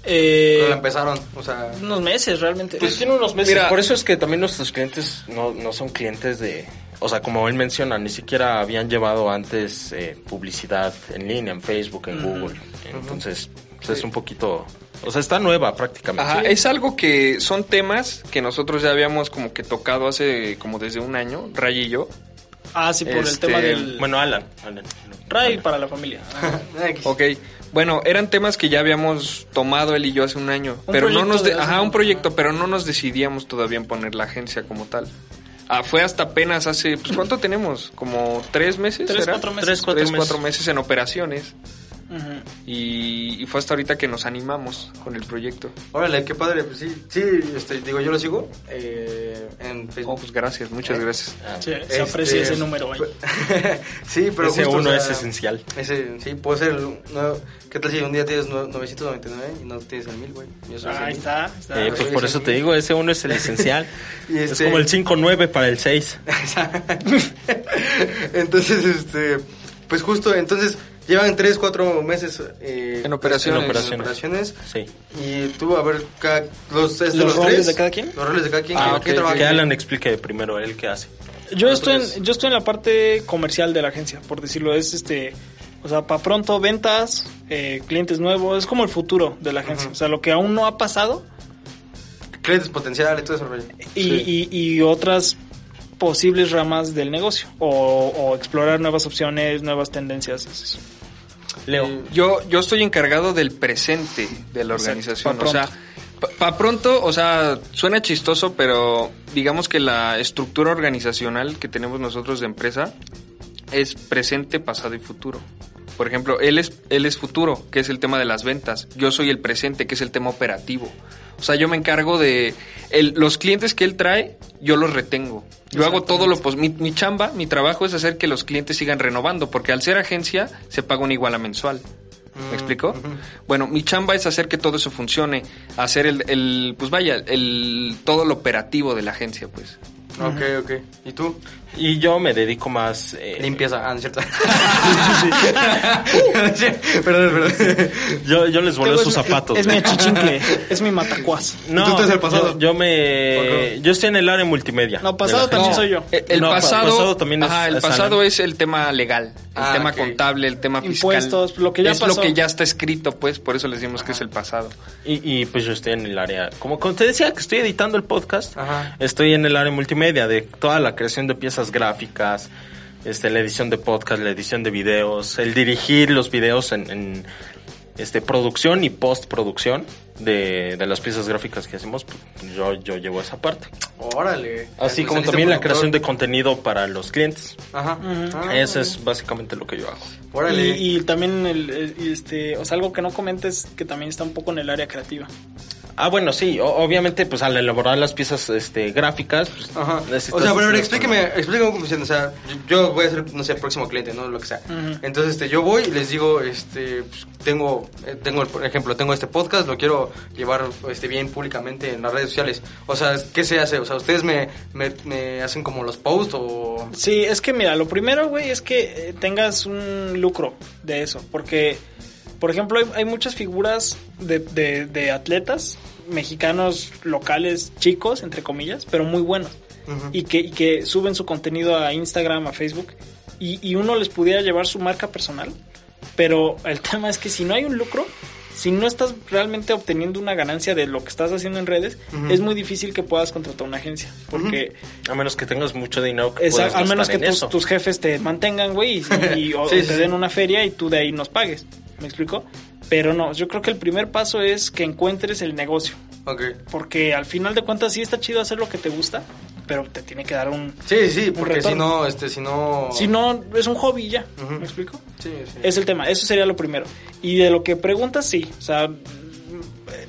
Speaker 7: Eh,
Speaker 4: Cuando la empezaron, o sea...
Speaker 7: unos meses realmente.
Speaker 5: Pues tiene unos meses.
Speaker 6: Mira-
Speaker 5: por eso es que también nuestros clientes no, no son clientes de... O sea, como él menciona, ni siquiera habían llevado antes eh, publicidad en línea, en Facebook, en Google. Entonces, pues, es un poquito... O sea, está nueva prácticamente.
Speaker 6: Ajá, es algo que son temas que nosotros ya habíamos como que tocado hace como desde un año, Ray y yo.
Speaker 7: ah, sí, por el
Speaker 6: este,
Speaker 7: tema del
Speaker 5: Bueno, Alan. Alan.
Speaker 7: RAI para la familia. Ah,
Speaker 4: ay, que-
Speaker 6: Ok, bueno, eran temas que ya habíamos tomado él y yo hace un año, pero no
Speaker 7: proyecto
Speaker 6: nos... de-
Speaker 7: de hace
Speaker 6: ajá,
Speaker 7: un
Speaker 6: un
Speaker 7: año.
Speaker 6: proyecto, pero no nos decidíamos todavía en poner la agencia como tal. Ah, fue hasta apenas hace... Pues, ¿Cuánto tenemos? ¿Como tres meses?
Speaker 7: Tres,
Speaker 6: será?
Speaker 7: cuatro meses.
Speaker 6: Tres, cuatro
Speaker 5: Tres,
Speaker 6: meses.
Speaker 5: cuatro
Speaker 6: en operaciones.
Speaker 7: Ujú.
Speaker 6: Y, y fue hasta ahorita que nos animamos con el proyecto.
Speaker 4: Órale, qué padre, pues sí, sí, este, digo, yo lo sigo eh, en
Speaker 6: Oh,
Speaker 4: Facebook.
Speaker 6: pues gracias, muchas gracias.
Speaker 5: Ah,
Speaker 7: Sí, se
Speaker 4: Este,
Speaker 7: aprecia ese número
Speaker 5: pues,
Speaker 7: ahí.
Speaker 4: sí, pero
Speaker 5: Ese
Speaker 4: justo, o
Speaker 5: uno
Speaker 4: sea,
Speaker 5: es esencial.
Speaker 4: Ese, sí, puede ser el nuevo- ¿Qué tal si un día tienes nue- 999 y no tienes el 1000, güey? Yo soy el
Speaker 7: Ahí
Speaker 4: 1000.
Speaker 7: está. está.
Speaker 5: Eh, pues por eso te digo, ese uno es el esencial.
Speaker 4: Y
Speaker 5: Es
Speaker 4: este-
Speaker 5: como el 5-9 para el 6.
Speaker 4: entonces, este, pues justo, entonces llevan 3, 4 meses eh,
Speaker 6: En operaciones.
Speaker 4: en operaciones.
Speaker 5: En operaciones. Sí.
Speaker 4: Y tú, a ver, cada- los, este,
Speaker 7: ¿Los roles
Speaker 4: tres,
Speaker 7: de cada quien?
Speaker 4: Los roles de cada quien.
Speaker 6: Ah,
Speaker 4: ¿Qué-
Speaker 6: ok,
Speaker 4: qué trabajan?
Speaker 5: Que Alan explique primero él qué hace.
Speaker 7: Yo estoy, en, yo estoy en la parte comercial de la agencia, por decirlo. Es este. O sea, para pronto, ventas, eh, clientes nuevos. Es como el futuro de la agencia. O sea, lo que aún no ha pasado
Speaker 4: Clientes potenciales, todo eso, rollo.
Speaker 7: y, y- y otras posibles ramas del negocio. O, o explorar nuevas opciones, nuevas tendencias. es eso.
Speaker 5: Leo.
Speaker 6: Mm, Yo, yo estoy encargado del presente de la
Speaker 7: Exacto,
Speaker 6: organización.
Speaker 7: pa'
Speaker 6: o sea, para pronto, o sea, suena chistoso, pero digamos que la estructura organizacional que tenemos nosotros de empresa es presente, pasado y futuro. Por ejemplo, él es, él es futuro, que es el tema de las ventas. Yo soy el presente, que es el tema operativo. O sea, yo me encargo de el- los clientes que él trae, yo los retengo. Yo hago todo lo pues mi, mi chamba, mi trabajo es hacer que los clientes sigan renovando, porque al ser agencia se paga una iguala mensual. ¿Me explico? Bueno, mi chamba es hacer que todo eso funcione, hacer el, el pues vaya, el todo lo operativo de la agencia, pues.
Speaker 4: Ok, ok. ¿Y tú?
Speaker 5: Y yo me dedico más. eh,
Speaker 4: Limpieza. Ah, no es cierto. Uh. perdón, perdón.
Speaker 5: Yo, yo les volé
Speaker 7: Luego
Speaker 5: sus
Speaker 7: es-
Speaker 5: zapatos.
Speaker 7: Es mi achichincle, es mi matacuas.
Speaker 5: No,
Speaker 4: Tú estás en el pasado.
Speaker 5: Yo, yo me. Yo estoy en el área multimedia.
Speaker 7: No, pasado
Speaker 5: De la-
Speaker 7: también soy yo.
Speaker 6: El, Eh, el
Speaker 5: No, pa-
Speaker 6: pasado,
Speaker 5: pasado también es-
Speaker 6: ajá, el
Speaker 5: es
Speaker 6: pasado
Speaker 5: Alan.
Speaker 6: es el tema legal, el
Speaker 4: Ah,
Speaker 6: tema
Speaker 4: ok.
Speaker 6: contable, el tema fiscal.
Speaker 7: Impuestos, lo que ya
Speaker 6: es
Speaker 7: pasó.
Speaker 6: lo que ya está escrito, pues, por eso les decimos que es el pasado.
Speaker 5: Y, y, pues yo estoy en el área. Como, como te decía que estoy editando el podcast,
Speaker 4: Ajá.
Speaker 5: estoy en el área multimedia de toda la creación de piezas gráficas, este, la edición de podcast, la edición de videos, el dirigir los videos en, en, este, producción y postproducción de, de las piezas gráficas que hacemos. pues, yo, yo llevo esa parte.
Speaker 4: Órale. Pues
Speaker 5: Así como
Speaker 4: saliste
Speaker 5: también la
Speaker 4: productor.
Speaker 5: creación de contenido para los clientes.
Speaker 4: Ajá. Ah,
Speaker 5: Eso es básicamente lo que yo hago.
Speaker 4: Órale.
Speaker 7: Y, y también, el, eh, este, o sea, algo que no comentes que también está un poco en el área creativa.
Speaker 5: Ah, bueno, sí, o- obviamente, pues al elaborar las piezas este, gráficas, pues,
Speaker 4: Ajá.
Speaker 5: necesitas-
Speaker 4: O sea, pero, pero explíqueme, explíqueme cómo funciona. O sea, yo yo voy a ser, no sé, el próximo cliente, ¿no? Lo que sea.
Speaker 7: Ujú.
Speaker 4: Entonces, este, yo voy y les digo, este, pues, tengo, eh, tengo, por ejemplo, tengo este podcast, lo quiero llevar este, bien públicamente en las redes sociales. O sea, ¿qué se hace? O sea, ¿ustedes me, me, me hacen como los posts o...?
Speaker 7: Sí, es que mira, lo primero, güey, es que eh, tengas un lucro de eso. Porque, por ejemplo, hay, hay muchas figuras de, de- de atletas mexicanos locales, chicos, entre comillas, pero muy buenos.
Speaker 4: Ujú.
Speaker 7: y que, y que suben su contenido a Instagram, a Facebook, y, y uno les pudiera llevar su marca personal. Pero el tema es que si no hay un lucro, si no estás realmente obteniendo una ganancia de lo que estás haciendo en redes,
Speaker 4: Ujú.
Speaker 7: es muy difícil que puedas contratar una agencia. Porque
Speaker 5: A menos que tengas mucho dinero que
Speaker 7: es a-
Speaker 5: puedas
Speaker 7: al menos
Speaker 5: gastar
Speaker 7: que
Speaker 5: en
Speaker 7: tus,
Speaker 5: eso.
Speaker 7: tus jefes te mantengan, güey, y, y- o
Speaker 4: Sí,
Speaker 7: te
Speaker 4: sí, sí.
Speaker 7: den una feria y tú de ahí nos pagues. ¿Me explico? Pero no, yo creo que el primer paso es que encuentres el negocio.
Speaker 4: Ok.
Speaker 7: Porque al final de cuentas sí está chido hacer lo que te gusta, pero te tiene que dar un,
Speaker 4: Sí, sí, porque si
Speaker 7: retorno.
Speaker 4: no, este, si no...
Speaker 7: si no, es un hobby ya.
Speaker 4: Ujú.
Speaker 7: ¿Me explico?
Speaker 4: Sí, sí.
Speaker 7: Es el tema. Eso sería lo primero. Y de lo que preguntas, sí. O sea,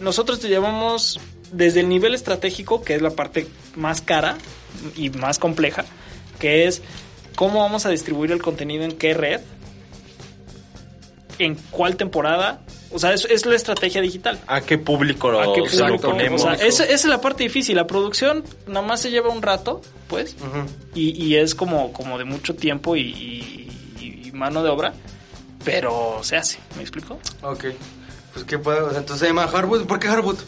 Speaker 7: nosotros te llevamos desde el nivel estratégico, que es la parte más cara y más compleja, que es cómo vamos a distribuir el contenido en qué red, en cuál temporada. O sea, es, es la estrategia digital.
Speaker 5: ¿A qué público lo,
Speaker 7: ¿A qué
Speaker 5: se lo
Speaker 7: público?
Speaker 5: ponemos?
Speaker 7: O sea, esa, esa es la parte difícil. La producción nada más se lleva un rato, pues,
Speaker 4: Ujú.
Speaker 7: y, y es como, como de mucho tiempo y, y- y mano de obra, pero se hace, ¿me explico?
Speaker 4: Ok. Pues qué padre. O sea, entonces se llama Harwood. ¿Por qué Harwood?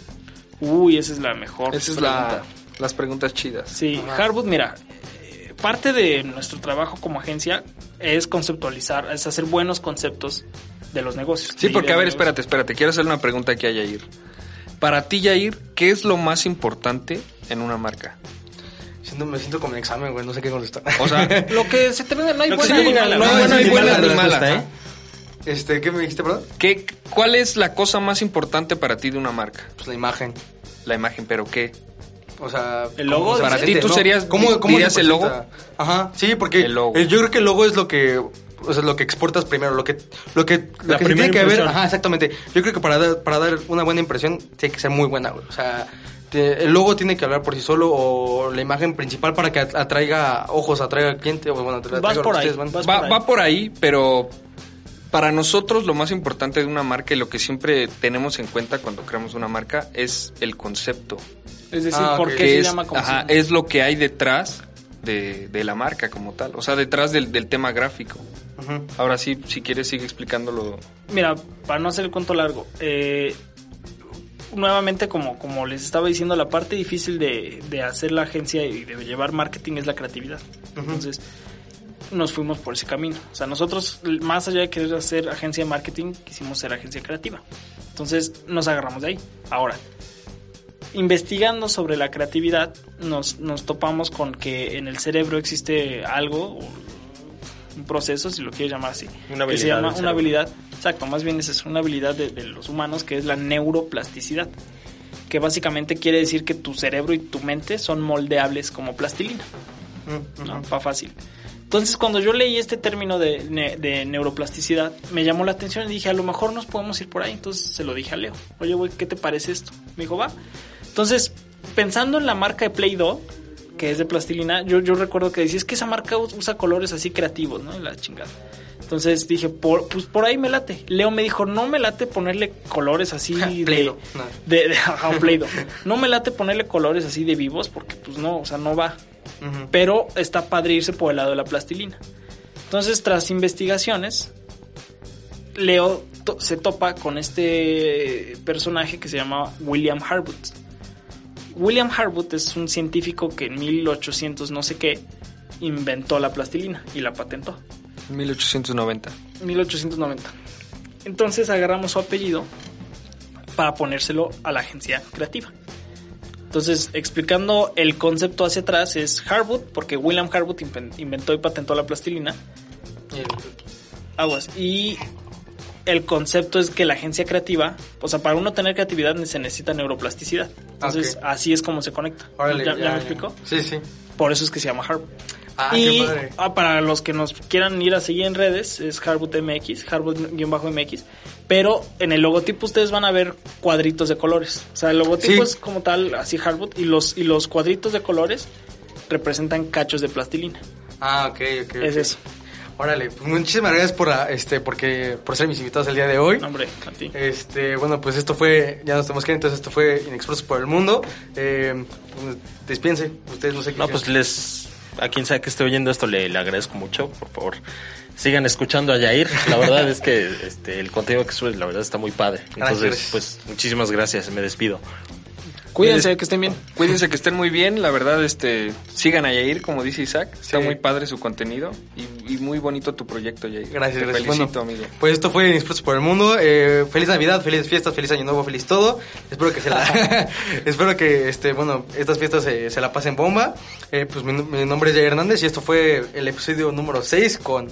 Speaker 7: Uy, esa es la mejor.
Speaker 6: Esa es
Speaker 7: pregunta.
Speaker 6: la, las preguntas chidas.
Speaker 7: Sí, Harwood, mira, eh, parte de nuestro trabajo como agencia es conceptualizar, es hacer buenos conceptos de los negocios.
Speaker 6: Sí,
Speaker 7: de
Speaker 6: porque
Speaker 7: ideas de
Speaker 6: a ver,
Speaker 7: negocio.
Speaker 6: espérate, espérate, quiero hacerle una pregunta aquí a Yair. Para ti, Yair, ¿qué es lo más importante en una marca?
Speaker 4: Siento, me siento como en examen, güey. No sé qué contestar.
Speaker 6: O sea, lo que se te no hay
Speaker 7: Lo que buena se ni te mala,
Speaker 6: no
Speaker 7: venga, no
Speaker 6: hay buena
Speaker 7: hay
Speaker 6: ni
Speaker 7: buena
Speaker 6: mala.
Speaker 5: ni mala,
Speaker 6: respuesta,
Speaker 5: ¿eh?
Speaker 6: ¿eh?
Speaker 4: Este, ¿qué me dijiste, perdón?
Speaker 6: ¿Qué, ¿Cuál es la cosa más importante para ti de una marca?
Speaker 4: Pues la imagen.
Speaker 6: La imagen, pero ¿qué?
Speaker 4: O sea,
Speaker 7: El
Speaker 4: ¿cómo
Speaker 7: logo,
Speaker 4: se
Speaker 6: para ti,
Speaker 4: siente,
Speaker 6: ¿tú
Speaker 4: no?
Speaker 6: serías- dirías
Speaker 4: se
Speaker 6: el logo?
Speaker 4: presenta? Ajá, sí, porque
Speaker 6: El logo.
Speaker 4: eh, yo creo que el logo es lo que o sea, lo que exportas primero, lo que, lo que, lo
Speaker 5: La
Speaker 4: que se tiene
Speaker 5: primera
Speaker 4: que ver,
Speaker 5: impresión.
Speaker 4: ajá, exactamente. Yo creo que para dar, para dar una buena impresión tiene que ser muy buena, güey. O sea, te- el logo tiene que hablar por sí solo o la imagen principal para que at- atraiga ojos, atraiga al cliente. O, bueno, atraiga
Speaker 7: Vas
Speaker 4: a lo
Speaker 7: por
Speaker 4: que
Speaker 7: ahí,
Speaker 4: ustedes van.
Speaker 7: vas
Speaker 6: Va,
Speaker 7: por ahí.
Speaker 6: va por ahí, pero para nosotros lo más importante de una marca y lo que siempre tenemos en cuenta cuando creamos una marca es el concepto.
Speaker 7: Es decir,
Speaker 4: Ah,
Speaker 7: ¿por
Speaker 4: ok.
Speaker 7: qué
Speaker 4: Que
Speaker 7: se
Speaker 6: es,
Speaker 7: llama como
Speaker 6: ajá,
Speaker 7: se-
Speaker 6: es lo que hay detrás de, de la marca como tal, o sea, detrás del, del tema gráfico.
Speaker 4: Ujú.
Speaker 6: Ahora sí, si quieres, sigue explicándolo.
Speaker 7: Mira, para no hacer el cuento largo, eh, nuevamente como, como les estaba diciendo, la parte difícil de, de hacer la agencia y de llevar marketing es la creatividad. Entonces, nos fuimos por ese camino. O sea, nosotros, más allá de querer hacer agencia de marketing, quisimos ser agencia creativa. Entonces, nos agarramos de ahí. Ahora, investigando sobre la creatividad, nos, nos topamos con que en el cerebro existe algo, o un proceso, si lo quieres llamar así,
Speaker 5: Una
Speaker 7: que se
Speaker 5: habilidad
Speaker 7: llama
Speaker 5: del
Speaker 7: una
Speaker 5: cerebro.
Speaker 7: habilidad, exacto, más bien es eso, una habilidad de, de los humanos que es la neuroplasticidad, que básicamente quiere decir que tu cerebro y tu mente son moldeables como plastilina.
Speaker 5: Mm,
Speaker 7: ¿no? Fa- fácil. Entonces, cuando yo leí este término de, ne- de neuroplasticidad, me llamó la atención y dije, a lo mejor nos podemos ir por ahí. Entonces, se lo dije a Leo. Oye, güey, ¿qué te parece esto? Me dijo, va. Entonces, pensando en la marca de Play-Doh, que es de plastilina, yo, yo recuerdo que decía, es que esa marca us- usa colores así creativos, ¿no? Y La chingada. Entonces dije, por, pues por ahí me late. Leo me dijo, no me late ponerle colores así de,
Speaker 4: Play-Doh, no.
Speaker 7: de, de- ajá, un Play-Doh. No me late ponerle colores así de vivos porque pues no, o sea, no va
Speaker 4: Ujú.
Speaker 7: pero está padre irse por el lado de la plastilina. Entonces, tras investigaciones, Leo to- se topa con este personaje que se llama William Harwood. William Harwood es un científico que en 1800 no sé qué inventó la plastilina y la patentó.
Speaker 6: 1890.
Speaker 7: 1890. Entonces agarramos su apellido para ponérselo a la agencia creativa. Entonces, explicando el concepto hacia atrás, es Harwood, porque William Harwood inven- inventó y patentó la plastilina.
Speaker 4: Y el-
Speaker 7: Aguas. Y el concepto es que la agencia creativa, o sea, para uno tener creatividad se necesita neuroplasticidad. Entonces,
Speaker 4: Ok.
Speaker 7: así es como se conecta.
Speaker 4: órale,
Speaker 7: ¿Ya, ya me explicó?
Speaker 4: Sí, sí.
Speaker 7: Por eso es que se llama Harwood.
Speaker 4: Ah,
Speaker 7: y
Speaker 4: qué padre.
Speaker 7: ah, para los que nos quieran ir a seguir en redes, es Harwood MX, Harwood-MX. Pero en el logotipo ustedes van a ver cuadritos de colores. O sea, el logotipo
Speaker 4: Sí.
Speaker 7: es como tal, así Harwood, y los, y los cuadritos de colores representan cachos de plastilina.
Speaker 4: Ah, ok, ok. ok.
Speaker 7: Es eso.
Speaker 4: Órale, pues muchísimas gracias por, ah, este, porque, por ser mis invitados el día de hoy.
Speaker 7: No, hombre, a ti.
Speaker 4: Este, bueno, pues esto fue, ya nos tenemos que ir, entonces esto fue Inexpresos por el Mundo. Eh, pues, despídense, ustedes no sé qué.
Speaker 5: No, pues les. A quien sea que esté oyendo esto, le, le agradezco mucho. Por favor, sigan escuchando a Yair. La verdad es que este, el contenido que sube, la verdad, está muy padre. Entonces,
Speaker 4: Gracias.
Speaker 5: pues, muchísimas gracias. Me despido.
Speaker 7: Cuídense, que estén bien.
Speaker 6: Cuídense que estén muy bien, la verdad, este, sigan a Yair, como dice Isaac, está
Speaker 4: Sí.
Speaker 6: muy padre su contenido y, y muy bonito tu proyecto, Yair.
Speaker 4: Gracias,
Speaker 6: Te
Speaker 4: gracias.
Speaker 6: felicito,
Speaker 4: Bueno,
Speaker 6: amigo.
Speaker 4: Pues esto fue Inexpresos por el Mundo. Eh, feliz Navidad, felices fiestas, feliz Año Nuevo, feliz todo. Espero que se la, espero que, este, bueno, estas fiestas se, se la pasen bomba. Eh, pues mi, no- mi nombre es Jair Hernández y esto fue el episodio número 6 con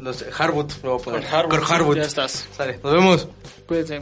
Speaker 4: los Harwood. lo voy a poner.
Speaker 7: Con Harwood,
Speaker 4: Harwood.
Speaker 7: ya estás.
Speaker 4: Sale, nos vemos.
Speaker 7: Cuídense.